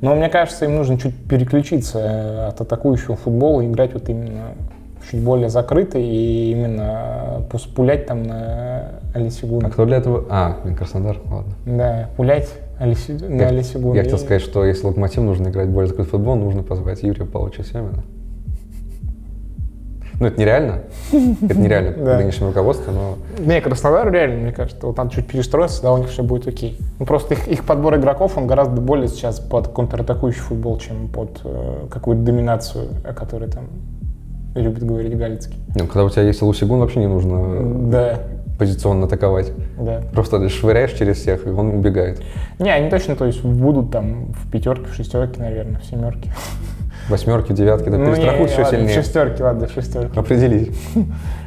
Speaker 1: Но мне кажется, им нужно чуть переключиться э, от атакующего футбола и играть вот именно чуть более закрыто и именно э, пус- пулять там на э, Алисигуна.
Speaker 2: А кто для этого? А, блин, Краснодар, ладно.
Speaker 1: Да, пулять Алиси- на Алисигуна.
Speaker 2: Я
Speaker 1: И-
Speaker 2: хотел сказать, что если Локомотив нужно играть более закрытый футбол, нужно позвать Юрия Павловича Семина. Ну, это нереально. Это нереально под
Speaker 1: Да.
Speaker 2: нынешним руководством, но
Speaker 1: Не, Краснодар реально, мне кажется, вот там чуть перестроиться, да, у них все будет окей. Ну, просто их, их подбор игроков, он гораздо более сейчас под контратакующий футбол, чем под э, какую-то доминацию, о которой там любит говорить Галицкий.
Speaker 2: ну, когда у тебя есть Лусигун, вообще не нужно
Speaker 1: Да,
Speaker 2: позиционно атаковать.
Speaker 1: да.
Speaker 2: Просто швыряешь через всех, и он убегает.
Speaker 1: Не, они точно, то есть, будут там в пятерке, в шестерке, наверное, в семерке.
Speaker 2: Восьмерки, девятки, да
Speaker 1: Ну,
Speaker 2: перестрахуют
Speaker 1: не,
Speaker 2: еще
Speaker 1: ладно, в
Speaker 2: сильнее.
Speaker 1: шестерке, ладно, в шестерке.
Speaker 2: Определись.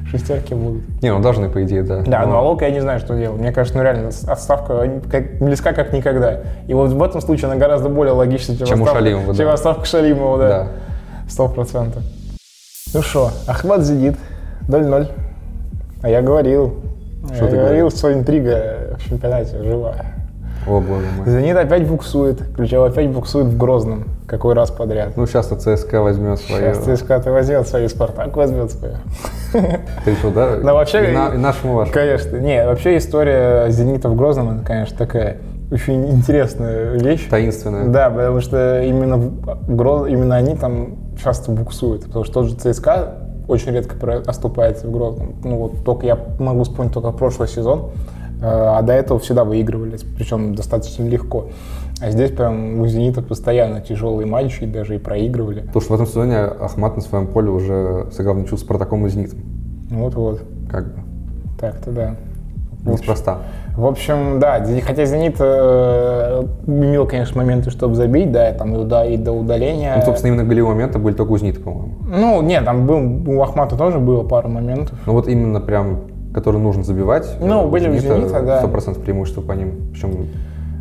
Speaker 1: В шестерке будут.
Speaker 2: Не, ну должны, по идее, да.
Speaker 1: Да,
Speaker 2: Но-
Speaker 1: ну а Лока я не знаю, что делал. Мне кажется, ну реально с- отставка они как, близка как никогда. И вот в этом случае она гораздо более логична, чем,
Speaker 2: Чем у
Speaker 1: отставка,
Speaker 2: Шалимова, да.
Speaker 1: чем отставка Шалимова, да.
Speaker 2: Да.
Speaker 1: Сто процентов. Ну что, Ахмат зидит. 0-0. А я говорил.
Speaker 2: Что
Speaker 1: я
Speaker 2: ты
Speaker 1: говорил,
Speaker 2: говорил?
Speaker 1: что интрига в чемпионате живая.
Speaker 2: О, боже мой.
Speaker 1: Зенит опять буксует, причем опять буксует в Грозном, какой раз подряд.
Speaker 2: Ну, сейчас ЦСКА возьмет свое.
Speaker 1: Сейчас ЦСКА ты возьмет свою, Спартак возьмет свою.
Speaker 2: Ты что, да?
Speaker 1: Да вообще-
Speaker 2: И, на- и нашему вашему.
Speaker 1: Конечно. Не, вообще история Зенита в Грозном, она, конечно, такая очень интересная вещь.
Speaker 2: Таинственная.
Speaker 1: Да, потому что именно, в в Гроз- именно они там часто буксуют. Потому что тот же ЦСКА очень редко про- оступается в Грозном. Ну вот только я могу вспомнить только прошлый сезон. Э, А до этого всегда выигрывали, причем достаточно легко. А здесь прям у «Зенита» постоянно тяжелые матчи, и даже и проигрывали.
Speaker 2: Потому что в этом сезоне Ахмат на своем поле уже сыграл ничью с Спартаком и Зенитом.
Speaker 1: Вот-вот.
Speaker 2: Как бы.
Speaker 1: Так-то да. В общем,
Speaker 2: Неспроста.
Speaker 1: В общем, да, Зе- хотя «Зенит» э, имел, конечно, моменты, чтобы забить, да, и там и, уда- и до удаления.
Speaker 2: Ну, собственно, именно голевые моменты были только у Зенита, по-моему.
Speaker 1: Ну, нет, там был, у Ахмата тоже было пару моментов.
Speaker 2: Ну, вот именно прям, который нужно забивать. э,
Speaker 1: Ну, были у «Зенита», да.
Speaker 2: 100% преимущество по ним. Причем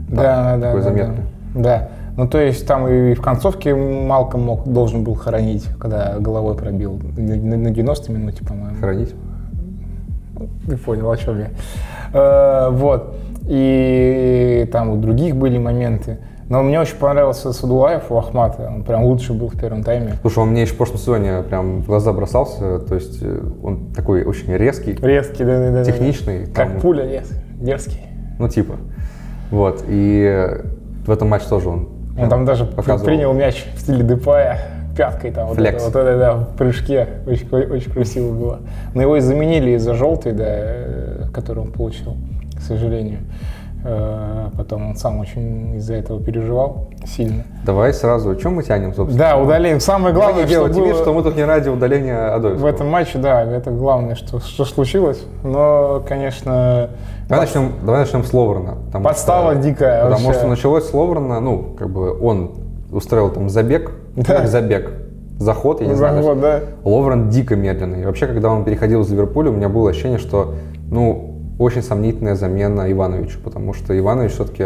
Speaker 1: Да, да, да.
Speaker 2: такой
Speaker 1: да,
Speaker 2: заметный.
Speaker 1: Да. Да. Ну, то есть там и в концовке Малком мог, должен был хоронить, когда головой пробил. На на 90 минуте, по-моему.
Speaker 2: хранить.
Speaker 1: Ты понял, о чем я. Э, вот. И там у других были моменты. Но мне очень понравился Садулаев у Ахмата. Он прям лучше был в первом тайме.
Speaker 2: Слушай, он мне еще в прошлом сезоне прям в глаза бросался. То есть э, он такой очень резкий,
Speaker 1: Резкий, да, да, да.
Speaker 2: техничный.
Speaker 1: Как
Speaker 2: там,
Speaker 1: пуля, нет, дерзкий.
Speaker 2: Ну, типа. Вот. И э, в этом матче тоже он.
Speaker 1: Он
Speaker 2: прям
Speaker 1: там даже
Speaker 2: показывал.
Speaker 1: принял мяч в стиле Депая пяткой там. Вот это,
Speaker 2: Флекс.
Speaker 1: вот это, да, в прыжке. Очень, кра- очень красиво было. Но его и заменили из-за желтой, да, э, которую он получил, к сожалению. Э, Потом он сам очень из-за этого переживал сильно.
Speaker 2: Давай сразу. Чем мы тянем, собственно? Ну,
Speaker 1: Да, удалим. Самое главное,
Speaker 2: Главное
Speaker 1: что
Speaker 2: делать
Speaker 1: было
Speaker 2: вид, что мы тут не ради удаления
Speaker 1: в
Speaker 2: Адоевского.
Speaker 1: этом матче, да, это главное, что, что случилось. Но, конечно,
Speaker 2: Давай начнем, давай начнем с Ловрена. потому
Speaker 1: подстава
Speaker 2: что-
Speaker 1: дикая.
Speaker 2: Потому
Speaker 1: вообще.
Speaker 2: что началось с Ловрена, ну, как бы он устроил там забег,
Speaker 1: Да.
Speaker 2: как забег, заход, я не знаю.
Speaker 1: Заход,
Speaker 2: даже.
Speaker 1: да.
Speaker 2: Ловрен дико медленный. И вообще, когда он переходил из Ливерпуля, у меня было ощущение, что, ну, очень сомнительная замена Ивановичу, потому что Иванович все-таки,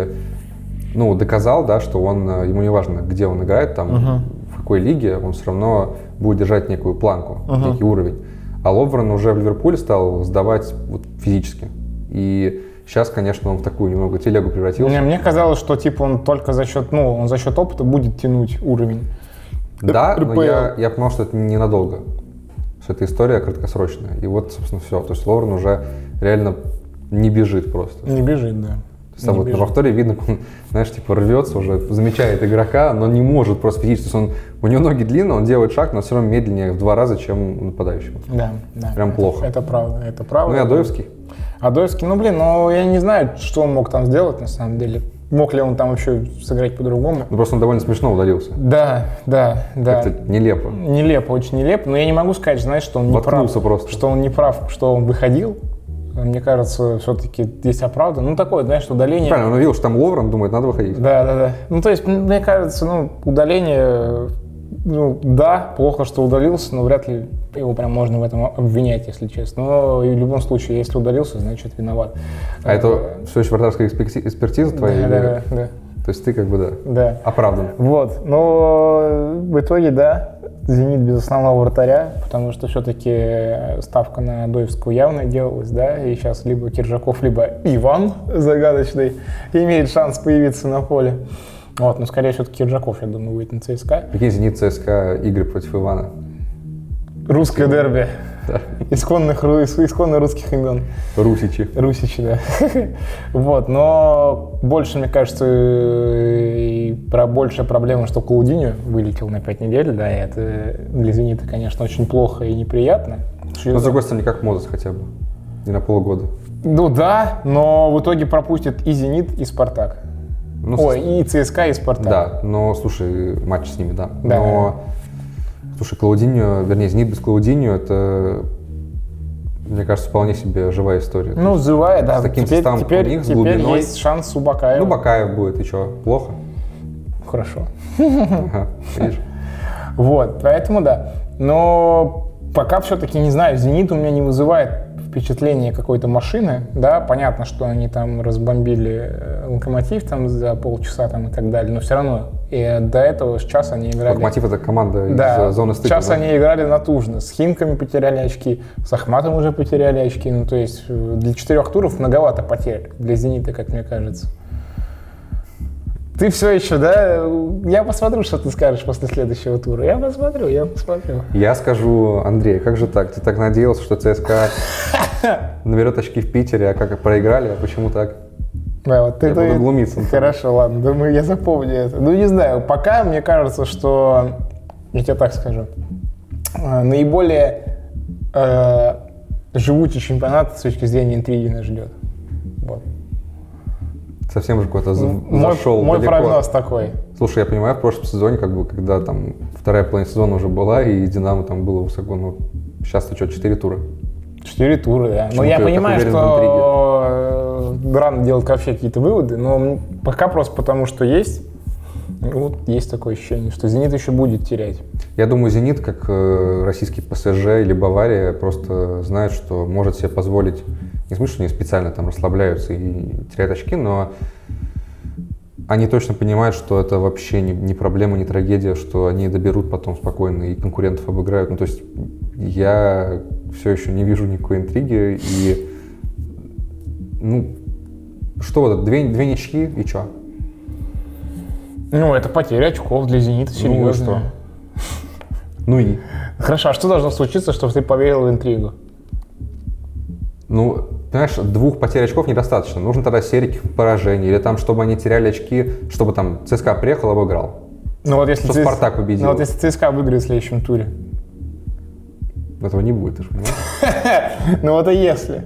Speaker 2: ну, доказал, да, что он, э, ему не важно, где он играет, там, в какой лиге, он все равно будет держать некую планку, некий уровень. А Ловрен уже в Ливерпуле стал сдавать вот, физически. И сейчас, конечно, он в такую немного телегу превратился.
Speaker 1: Не, мне казалось, что типа он только за счет, ну, он за счет опыта будет тянуть уровень.
Speaker 2: Да, но
Speaker 1: РПЛ.
Speaker 2: я, я понимал, что это ненадолго, что это история краткосрочная. И вот, собственно, все. То есть Лорен уже реально не бежит просто.
Speaker 1: Не бежит, да.
Speaker 2: То есть там
Speaker 1: Не
Speaker 2: вот на
Speaker 1: бежит.
Speaker 2: повторе видно, он, знаешь, типа рвется уже, замечает игрока, но не может просто физически. То есть он, у него ноги длинные, он делает шаг, но все равно медленнее в два раза, чем у нападающего.
Speaker 1: Да, да.
Speaker 2: Прям
Speaker 1: это,
Speaker 2: плохо.
Speaker 1: Это правда, это правда.
Speaker 2: Ну и Адоевский.
Speaker 1: Адольский, ну блин, ну я не знаю, что он мог там сделать на самом деле. Мог ли он там еще сыграть по-другому?
Speaker 2: Ну просто он довольно смешно удалился.
Speaker 1: Да, да, да.
Speaker 2: Как-то нелепо.
Speaker 1: Нелепо, очень нелепо, но я не могу сказать, знаешь, что он не
Speaker 2: Воткнулся
Speaker 1: прав.
Speaker 2: просто.
Speaker 1: Что он не прав, что он выходил. Мне кажется, все-таки здесь оправдан. Ну такое, знаешь, удаление.
Speaker 2: Правильно, он увидел, что там Ловрен, думает, надо выходить. А
Speaker 1: Да, да, да. Ну, то есть, м- мне кажется, ну, удаление, э, ну, да, плохо, что удалился, но вряд ли его прям можно в этом обвинять, если честно. Но и в любом случае, если удалился, значит, виноват.
Speaker 2: А это все еще вратарская экспекти- экспертиза
Speaker 1: Да,
Speaker 2: твоя?
Speaker 1: да,
Speaker 2: или-
Speaker 1: да, да,
Speaker 2: То есть ты как бы, да,
Speaker 1: да.
Speaker 2: оправдан.
Speaker 1: Вот, но э, в итоге, да, «Зенит» без основного вратаря, потому что все-таки ставка на Доевскую явно делалась, да, и сейчас либо Киржаков, либо Иван загадочный имеет шанс появиться на поле. Вот, но скорее все-таки Киржаков, я думаю, будет на ЦСКА.
Speaker 2: Какие «Зенит», ЦСКА игры против Ивана?
Speaker 1: Русское дерби.
Speaker 2: Да.
Speaker 1: Исконных, ру- исконно русских имен.
Speaker 2: Русичи.
Speaker 1: Русичи, да. вот, но больше, мне кажется, и про большая проблема, что Клаудиню вылетел на пять недель, да, и это для «Зенита», конечно, очень плохо и неприятно.
Speaker 2: Но с другой стороны, как Мозес хотя бы. Не на полгода.
Speaker 1: Ну да, но в итоге пропустит и «Зенит», и «Спартак».
Speaker 2: Ну,
Speaker 1: Ой, и «ЦСКА», и «Спартак».
Speaker 2: Да, но, слушай, матч с ними, да.
Speaker 1: Да.
Speaker 2: Но, слушай, Клаудиньо, вернее, «Зенит» без Клаудиньо, это, мне кажется, вполне себе живая история.
Speaker 1: Ну, Зывая, да.
Speaker 2: С таким
Speaker 1: теперь,
Speaker 2: составом, как у
Speaker 1: теперь,
Speaker 2: них, с
Speaker 1: теперь
Speaker 2: глубиной.
Speaker 1: есть шанс у Бакаева.
Speaker 2: ну, Бакаев будет, и что, плохо?
Speaker 1: Хорошо. Хм.
Speaker 2: Ага, видишь?
Speaker 1: Вот, поэтому да. Но пока все-таки не знаю, «Зенит» у меня не вызывает впечатление какой-то машины, да, понятно, что они там разбомбили э, локомотив там за полчаса там и так далее, но все равно и до этого сейчас они играли.
Speaker 2: Локомотив — это команда
Speaker 1: Да,
Speaker 2: из э, зоны стыка.
Speaker 1: сейчас
Speaker 2: да?
Speaker 1: они играли натужно, с Химками потеряли очки, с Ахматом уже потеряли очки, ну то есть э, для четырех туров многовато потерь для «Зенита», как мне кажется. Ты все еще, да? Я посмотрю, что ты скажешь после следующего тура. Я посмотрю, я посмотрю.
Speaker 2: Я скажу, Андрей, как же так? Ты так надеялся, что ЦСКА наберет очки в Питере, а как проиграли, а почему так?
Speaker 1: Да, вот ты,
Speaker 2: Я
Speaker 1: ты-
Speaker 2: буду глумиться над тобой.
Speaker 1: Хорошо, ладно, думаю, я запомню это. Ну, не знаю, пока мне кажется, что, я тебе так скажу, э, наиболее э, живучий чемпионат с точки зрения интриги нас ждет. Вот.
Speaker 2: Совсем же куда-то за-
Speaker 1: Мой,
Speaker 2: зашел
Speaker 1: мой
Speaker 2: далеко.
Speaker 1: прогноз такой.
Speaker 2: Слушай, я понимаю, в прошлом сезоне, как бы, когда там вторая половина сезона уже была, и Динамо там было высоко, ну, сейчас ты что, 4 тура?
Speaker 1: Четыре тура, да.
Speaker 2: Почему
Speaker 1: Но я
Speaker 2: ты так
Speaker 1: понимаю,
Speaker 2: уверен в
Speaker 1: что э, рано делать вообще какие-то выводы, но м, пока просто потому, что есть. Вот есть такое ощущение, что «Зенит» еще будет терять.
Speaker 2: Я думаю, «Зенит», как э, российский ПСЖ или Бавария, просто знает, что может себе позволить, не в смысле, что они специально там расслабляются и теряют очки, но они точно понимают, что это вообще не, не проблема, не трагедия, что они доберут потом спокойно и конкурентов обыграют. Ну, то есть я все еще не вижу никакой интриги и... Ну, что вот, это, две, две ничьи и что?
Speaker 1: Ну, это потеря очков для «Зенита» серьезная.
Speaker 2: Ну и что? Ну и...
Speaker 1: Хорошо, а что должно случиться, чтобы ты поверил в интригу?
Speaker 2: Ну, понимаешь, двух потерь очков недостаточно. Нужно тогда серии поражений, или там, чтобы они теряли очки, чтобы там ЦСКА приехал, обыграл.
Speaker 1: Ну вот если
Speaker 2: Что
Speaker 1: ЦС-
Speaker 2: «Спартак» победил.
Speaker 1: Ну вот если ЦСКА выиграет в следующем туре.
Speaker 2: Этого не будет, ты же понимаешь?
Speaker 1: Ну вот и если.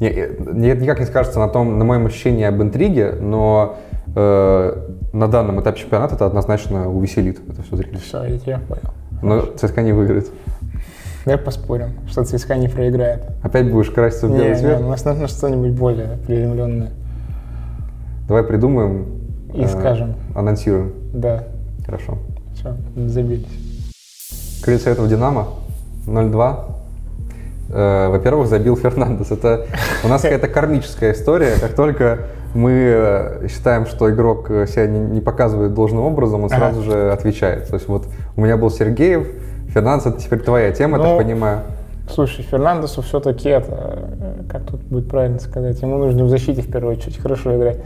Speaker 2: Не, э, не- это никак не скажется на, том, на моем ощущении об интриге, но э, на данном этапе чемпионата это однозначно увеселит это все зрелище.
Speaker 1: Все, я тебя понял.
Speaker 2: Но ЦСКА не выиграет.
Speaker 1: Давай поспорим, что ЦСКА не проиграет.
Speaker 2: Опять будешь краситься в
Speaker 1: Не,
Speaker 2: белый
Speaker 1: не, ну,
Speaker 2: цвет?
Speaker 1: у нас нужно что-нибудь более приземленное.
Speaker 2: Давай придумаем. э,
Speaker 1: И скажем.
Speaker 2: Анонсируем.
Speaker 1: Да,
Speaker 2: Хорошо.
Speaker 1: все, забились.
Speaker 2: Крыльца этого Динамо 0-2. Э, Во-первых, забил Фернандес. Это у нас какая-то кармическая история. Как только мы э, считаем, что игрок э, себя не, не показывает должным образом, он
Speaker 1: Ага.
Speaker 2: сразу же отвечает. То есть вот у меня был Сергеев, Фернандес это теперь твоя тема, я
Speaker 1: Ну,
Speaker 2: так понимаю.
Speaker 1: Слушай, Фернандесу все-таки это, э, как тут будет правильно сказать, ему нужно в защите в первую очередь хорошо играть.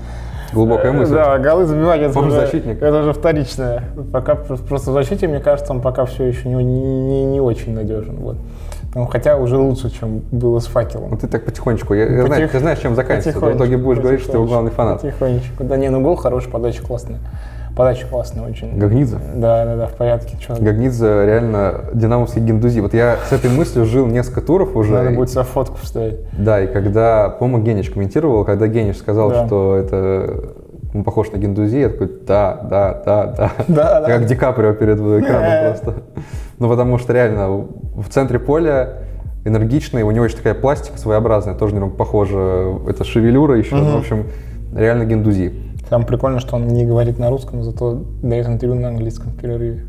Speaker 2: Глубокая мысль.
Speaker 1: э, Да, голы забивать, это
Speaker 2: Он
Speaker 1: уже,
Speaker 2: защитник.
Speaker 1: это уже вторичное. Пока прос- просто в защите, мне кажется, он пока все еще не, не, не очень надежен. Вот. Ну, хотя уже лучше, чем было с
Speaker 2: Ну,
Speaker 1: факелом.
Speaker 2: ты так потихонечку. Я, я
Speaker 1: Потих-
Speaker 2: знаю, ты знаешь, чем заканчивается. Ты в итоге будешь говорить, что ты его главный фанат.
Speaker 1: Потихонечку. Да не, ну гол хороший, подача классная. Подача классная очень.
Speaker 2: Гагнидзе.
Speaker 1: Да, да, да, в порядке. Чё,
Speaker 2: Гагнидзе реально динамовский гендузи. Вот я с этой мыслью жил несколько туров уже.
Speaker 1: Надо
Speaker 2: И-
Speaker 1: будет сюда фотку вставить.
Speaker 2: Да, и когда, по-моему, Генич комментировал, когда Генич сказал,
Speaker 1: Да.
Speaker 2: что это он похож на Гендузи, я такой, да, да, да, да.
Speaker 1: Да, да.
Speaker 2: Как Ди Каприо перед экраном
Speaker 1: Э.
Speaker 2: просто. Ну, потому что реально в центре поля энергичный, у него еще такая пластика своеобразная, тоже, наверное, похожа. Это шевелюра еще, ну, в общем, реально Гендузи.
Speaker 1: Там прикольно, что он не говорит на русском, зато дает интервью на английском в перерыве.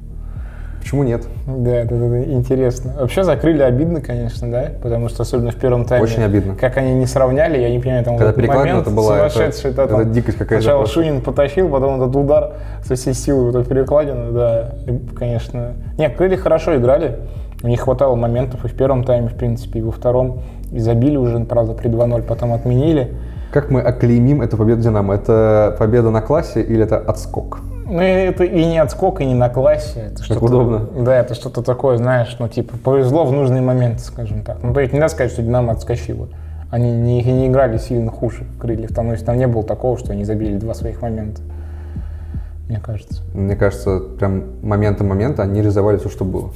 Speaker 2: Почему нет?
Speaker 1: Да, это, это интересно. Вообще закрыли обидно, конечно, да? Потому что особенно в первом тайме.
Speaker 2: Очень обидно.
Speaker 1: Как они не сравняли, я не понимаю, там
Speaker 2: Когда
Speaker 1: вот этот
Speaker 2: перекладина
Speaker 1: момент
Speaker 2: это была, это-
Speaker 1: сумасшедший, да,
Speaker 2: это
Speaker 1: там
Speaker 2: дикость какая-то
Speaker 1: Сначала
Speaker 2: просто.
Speaker 1: Шунин потащил, потом этот удар со всей силы, вот эту перекладину, да, и, конечно. Не, крылья хорошо играли, у них хватало моментов и в первом тайме, в принципе, и во втором. И забили уже, правда, при 2-0, потом отменили.
Speaker 2: Как мы оклеймим эту победу Динамо? Это победа на классе или это отскок?
Speaker 1: Ну, и это и не отскок, и не на классе. Это что-то-
Speaker 2: удобно.
Speaker 1: Да, это что-то такое, знаешь, ну, типа, повезло в нужный момент, скажем так. Ну, то есть нельзя сказать, что Динамо отскочило. Они не, не играли сильно хуже крыльев, там, то есть там не было такого, что они забили два своих момента, мне кажется.
Speaker 2: Мне кажется, прям момента-момента они реализовали все, что было.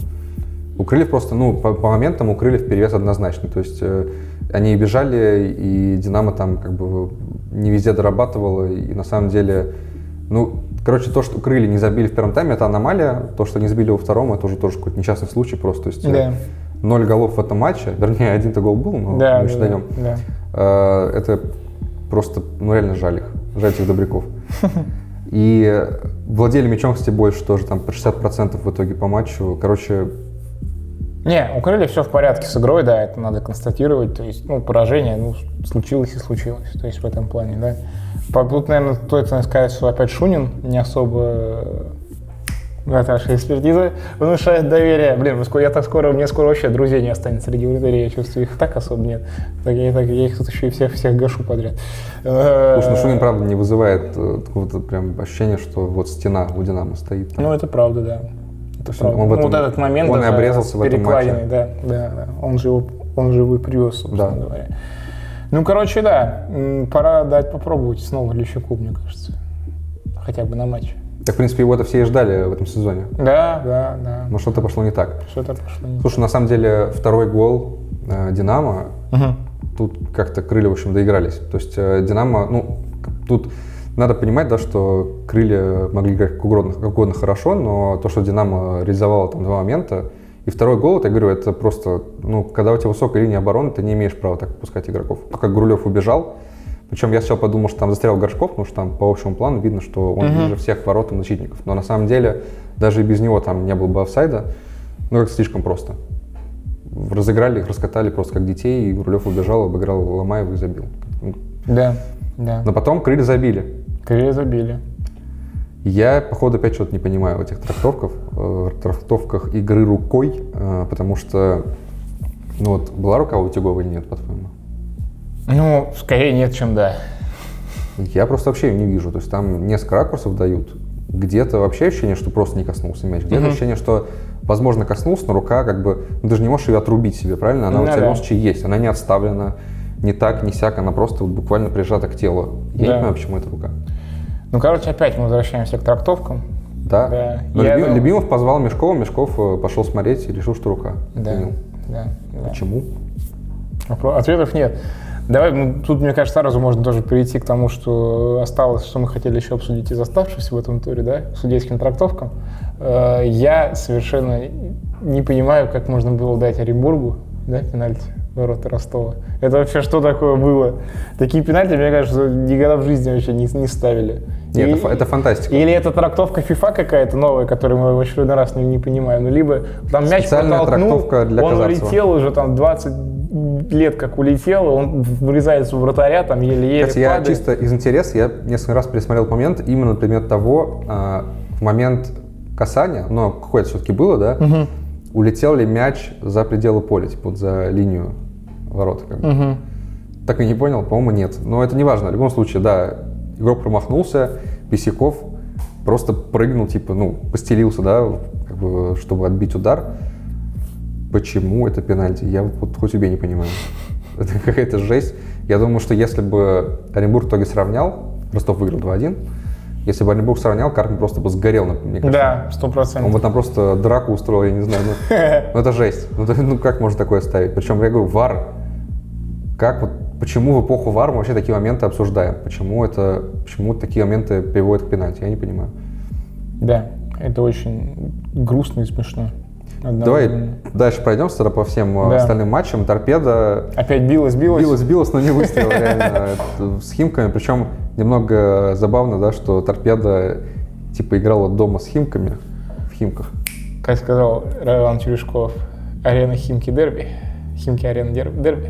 Speaker 2: У крыльев просто, ну, по, по моментам у крыльев перевес однозначный. То есть э, они и бежали, и Динамо там как бы не везде дорабатывало. И на самом деле, ну, короче, то, что крылья не забили в первом тайме, это аномалия. То, что не забили во втором, это уже тоже какой-то несчастный случай просто. То есть э,
Speaker 1: Да.
Speaker 2: ноль голов в этом матче, вернее, один-то гол был,
Speaker 1: да,
Speaker 2: но Ну, мы
Speaker 1: да,
Speaker 2: еще
Speaker 1: да,
Speaker 2: даем.
Speaker 1: да.
Speaker 2: Э, Это просто, ну реально жаль их, жаль этих добряков. И владели мячом, кстати, больше тоже, там по 60% в итоге по матчу. Короче,
Speaker 1: Не, у крыльев все в порядке с игрой, да, это надо констатировать. То есть, ну, поражение, ну, с- случилось и случилось. То есть в этом плане, да. По- Тут, наверное, стоит наверное, сказать, что опять Шунин не особо э, Наташа экспертиза внушает доверие. Блин, мы скоро- я так скоро, мне скоро вообще друзей не останется среди аудитории, я чувствую, их так особо нет. Так я, так, я их тут еще и всех, всех гашу подряд.
Speaker 2: уж на ну, Шунин, правда, не вызывает э, какого-то прям ощущения, что вот стена у Динамо стоит. там.
Speaker 1: Ну, это правда, да. Это
Speaker 2: есть он-
Speaker 1: правда.
Speaker 2: он в
Speaker 1: Ну,
Speaker 2: этом-
Speaker 1: вот этот момент
Speaker 2: он и
Speaker 1: даже
Speaker 2: обрезался в
Speaker 1: с
Speaker 2: этом матче.
Speaker 1: перекладиной, Да, да, да. Он же его, он же его и привез, собственно
Speaker 2: Да.
Speaker 1: говоря. Ну, короче, да. М, Пора дать попробовать снова Лещуку, мне кажется. Хотя бы на матче.
Speaker 2: Так, в принципе, его-то все и ждали в этом сезоне.
Speaker 1: Да, да, да.
Speaker 2: Но что-то пошло не так.
Speaker 1: Что-то пошло не
Speaker 2: Слушай, на самом деле, второй гол э, Динамо тут как-то крылья, в общем, доигрались. То есть э, Динамо, ну, к- тут надо понимать, да, что крылья могли играть как угодно, как угодно хорошо, но то, что Динамо реализовало там два момента, и второй гол, это, я говорю, это просто, ну, когда у тебя высокая линия обороны, ты не имеешь права так пускать игроков. Только Грулев убежал, причем я сначала подумал, что там застрял Горшков, потому что там по общему плану видно, что он ближе всех к воротам защитников. Но на самом деле даже и без него там не было бы офсайда. Ну, как слишком просто. Разыграли их, раскатали просто как детей, и Грулев убежал, обыграл Ломаева и забил.
Speaker 1: Да, да.
Speaker 2: Но потом крылья забили.
Speaker 1: Крылья забили.
Speaker 2: Я, походу, опять что-то не понимаю в этих трактовках, э, трактовках игры рукой, э, потому что, ну вот, была рука у Тюгова или нет, по-твоему?
Speaker 1: Ну, скорее нет, чем да.
Speaker 2: Я просто вообще ее не вижу. То есть там несколько ракурсов дают. Где-то вообще ощущение, что просто не коснулся мяч. Где-то ощущение, что, возможно, коснулся, но рука как бы... Ну, ты же не можешь ее отрубить себе, правильно? Она у
Speaker 1: Ну
Speaker 2: тебя в
Speaker 1: да.
Speaker 2: любом случае есть. Она не отставлена, не так, не сяк. Она просто вот буквально прижата к телу. Я не
Speaker 1: Да.
Speaker 2: понимаю, почему это рука.
Speaker 1: Ну, короче, опять мы возвращаемся к трактовкам.
Speaker 2: Да.
Speaker 1: Да.
Speaker 2: Но
Speaker 1: Я
Speaker 2: Люби-
Speaker 1: думал-
Speaker 2: Любимов позвал Мешкова, Мешков э, пошел смотреть и решил, что рука.
Speaker 1: Да,
Speaker 2: Принял.
Speaker 1: да, да.
Speaker 2: Почему?
Speaker 1: Вопро- Ответов нет. Давай, ну, тут, мне кажется, сразу можно тоже перейти к тому, что осталось, что мы хотели еще обсудить из оставшихся в этом туре, да, к судейским трактовкам. Э, Я совершенно не понимаю, как можно было дать Оренбургу, да, пенальти ворота Ростова. Это вообще что такое было? Такие пенальти, мне кажется, никогда в жизни вообще не, не ставили.
Speaker 2: Нет,
Speaker 1: И-
Speaker 2: это, фа- это фантастика.
Speaker 1: или это трактовка FIFA какая-то новая, которую мы в очередной раз не, не понимаем. Ну, либо там мяч
Speaker 2: Специальная
Speaker 1: протолкнул,
Speaker 2: трактовка для
Speaker 1: он
Speaker 2: Казарцева.
Speaker 1: улетел уже там 20 лет как улетел, он врезается в вратаря, там еле-еле
Speaker 2: Кстати, я
Speaker 1: падает.
Speaker 2: чисто из интереса, я несколько раз пересмотрел момент, именно на предмет того, а, в момент касания, но какое-то все-таки было, да, улетел ли мяч за пределы поля, типа вот за линию ворота. Как бы.
Speaker 1: Мгм.
Speaker 2: Так и не понял, по-моему, нет. Но это не важно. В любом случае, да, игрок промахнулся, Писяков просто прыгнул, типа, ну, постелился, да, как бы, чтобы отбить удар. Почему это пенальти? Я вот хоть тебе не понимаю. Это какая-то жесть. Я думаю, что если бы Оренбург в итоге сравнял, Ростов выиграл 2-1, если бы Оренбург сравнял, Карпин просто бы сгорел, мне кажется.
Speaker 1: Да, сто
Speaker 2: Он бы
Speaker 1: процентов.
Speaker 2: там просто драку устроил, я не знаю. ну. Ну это жесть. Ну, то- ну, как можно такое ставить? Причем я говорю, вар. Как вот, почему в эпоху вар мы вообще такие моменты обсуждаем? Почему это, почему такие моменты приводят к пенальти? Я не понимаю.
Speaker 1: Да, это очень грустно и смешно.
Speaker 2: Давай
Speaker 1: Одновременно.
Speaker 2: дальше пройдемся тогда по всем э,
Speaker 1: Да.
Speaker 2: остальным матчам. Торпеда
Speaker 1: Опять билась, билась.
Speaker 2: билась, билась, но не выстрела реально э, с Химками. Причем немного забавно, да, что Торпеда типа играла дома с Химками в Химках.
Speaker 1: Как сказал Роман Черешков, арена Химки Дерби. Химки арена дер- Дерби.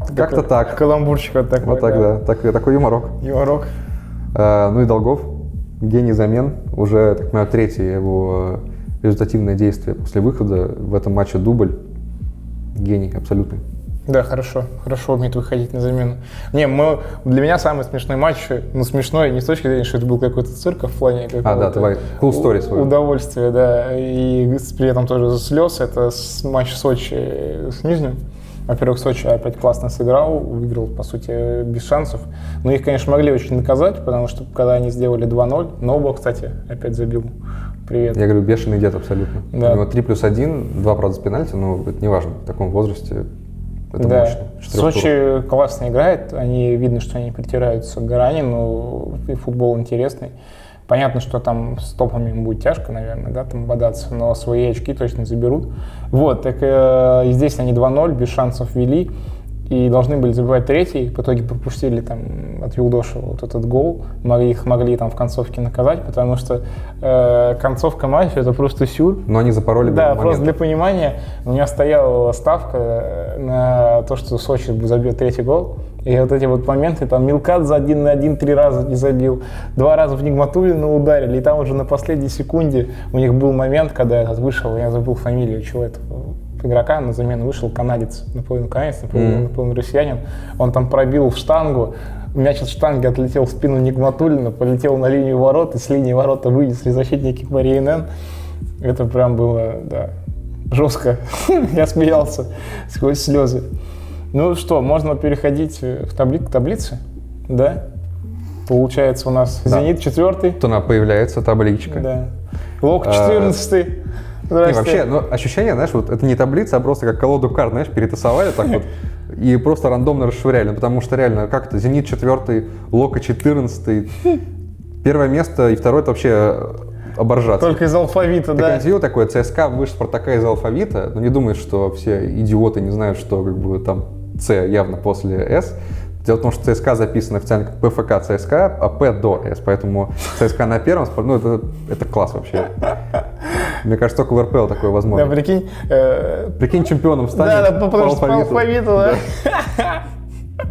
Speaker 2: Как-то
Speaker 1: Такой
Speaker 2: так.
Speaker 1: Каламбурчик вот такой.
Speaker 2: Вот так, да. Так- такой юморок.
Speaker 1: Юморок.
Speaker 2: Э, Ну и Долгов, гений замен, уже, так понимаю, третье его э, результативное действие после выхода. В этом матче дубль. Гений абсолютный.
Speaker 1: Да, хорошо. Хорошо умеет выходить на замену. Не, мы, для меня самый смешной матч, ну смешной не с точки зрения, что это был какой-то цирк, а в плане какого-то
Speaker 2: да, давай, cool story свой.
Speaker 1: Удовольствие, да. И с- при этом тоже слез. Это с- матч Сочи с Нижним. Во-первых, Сочи опять классно сыграл, выиграл, по сути, без шансов. Но их, конечно, могли очень наказать, потому что когда они сделали 2-0, Ноубо, кстати, опять забил. Привет.
Speaker 2: Я говорю, бешеный дед абсолютно.
Speaker 1: Да.
Speaker 2: У него 3 плюс 1, 2, правда, с пенальти, но это не важно. В таком возрасте это
Speaker 1: да.
Speaker 2: мощно. Четырёх туров.
Speaker 1: Сочи классно играет, они видно, что они притираются к Гаранину, и футбол интересный. Понятно, что там с топами им будет тяжко, наверное, да, там бодаться, но свои очки точно заберут. Вот, так э, и здесь они 2-0, без шансов вели, и должны были забивать третий, в итоге пропустили там от Юлдошева вот этот гол, могли, их могли там в концовке наказать, потому что э, концовка матча это просто сюр,
Speaker 2: Но они запороли бы
Speaker 1: да,
Speaker 2: момент.
Speaker 1: просто для понимания, у меня стояла ставка э, на то, что Сочи забьет третий гол. И вот эти вот моменты, там Милкат за один на один три раза не забил, два раза в Нигматуллина ударили, и там уже на последней секунде у них был момент, когда этот вышел, я забыл фамилию чего этого игрока, на замену вышел канадец, наполовину канадец, наполовину,
Speaker 2: Мгм.
Speaker 1: наполовину типа, россиянин, он там пробил в штангу, мяч от штанги отлетел в спину Нигматуллина, полетел на линию ворот, и с линии ворота вынесли защитники Марии это прям было, да, жестко. Я смеялся сквозь слезы. Ну что, можно переходить э, в табли- к таблице, да? Получается у нас
Speaker 2: Да.
Speaker 1: «Зенит» четвертый,
Speaker 2: Вот она появляется, табличка.
Speaker 1: да. «Лок»
Speaker 2: А,
Speaker 1: четырнадцатый.
Speaker 2: Не,
Speaker 1: Здрасте.
Speaker 2: вообще, ну, ощущение, знаешь, вот это не таблица, а просто как колоду карт, знаешь, перетасовали так вот и просто рандомно расшвыряли. Ну, потому что реально, как то «Зенит» 4 «Лока» 14 первое место и второе это вообще оборжаться.
Speaker 1: Только из алфавита,
Speaker 2: Ты
Speaker 1: да.
Speaker 2: конечно, видел такое, ЦСКА выше Спартака из алфавита, но не думай, что все идиоты не знают, что как бы там С явно после С. Дело в том, что ЦСКА записано официально как ПФК ЦСКА, а П до С, поэтому ЦСКА на первом, Спар- ну это, это класс вообще. Мне кажется, только в РПЛ такое
Speaker 1: Да,
Speaker 2: возможно.
Speaker 1: прикинь, э,
Speaker 2: Прикинь, чемпионом станет
Speaker 1: да, да, потому что по алфавиту, да.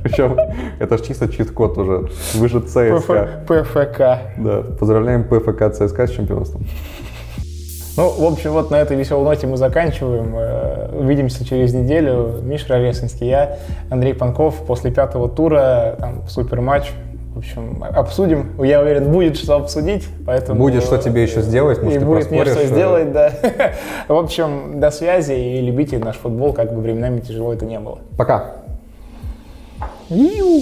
Speaker 2: Причем это же чисто чит-код уже. Выше ЦСКА.
Speaker 1: ПФ- ПФК.
Speaker 2: Да, поздравляем ПФК ЦСКА с чемпионством.
Speaker 1: Ну, в общем, вот на этой веселой ноте мы заканчиваем. Э, Увидимся через неделю. Миша Ролесинский, я, Андрей Панков. После пятого тура там супер матч. В общем, обсудим. Я уверен, будет что обсудить. Поэтому
Speaker 2: Будет что тебе еще сделать, может,
Speaker 1: и
Speaker 2: ты
Speaker 1: будет мне что
Speaker 2: проспоришь, э.
Speaker 1: сделать, да. В общем, до связи и любите наш футбол, как бы временами тяжело это не было.
Speaker 2: Пока.
Speaker 1: Иу.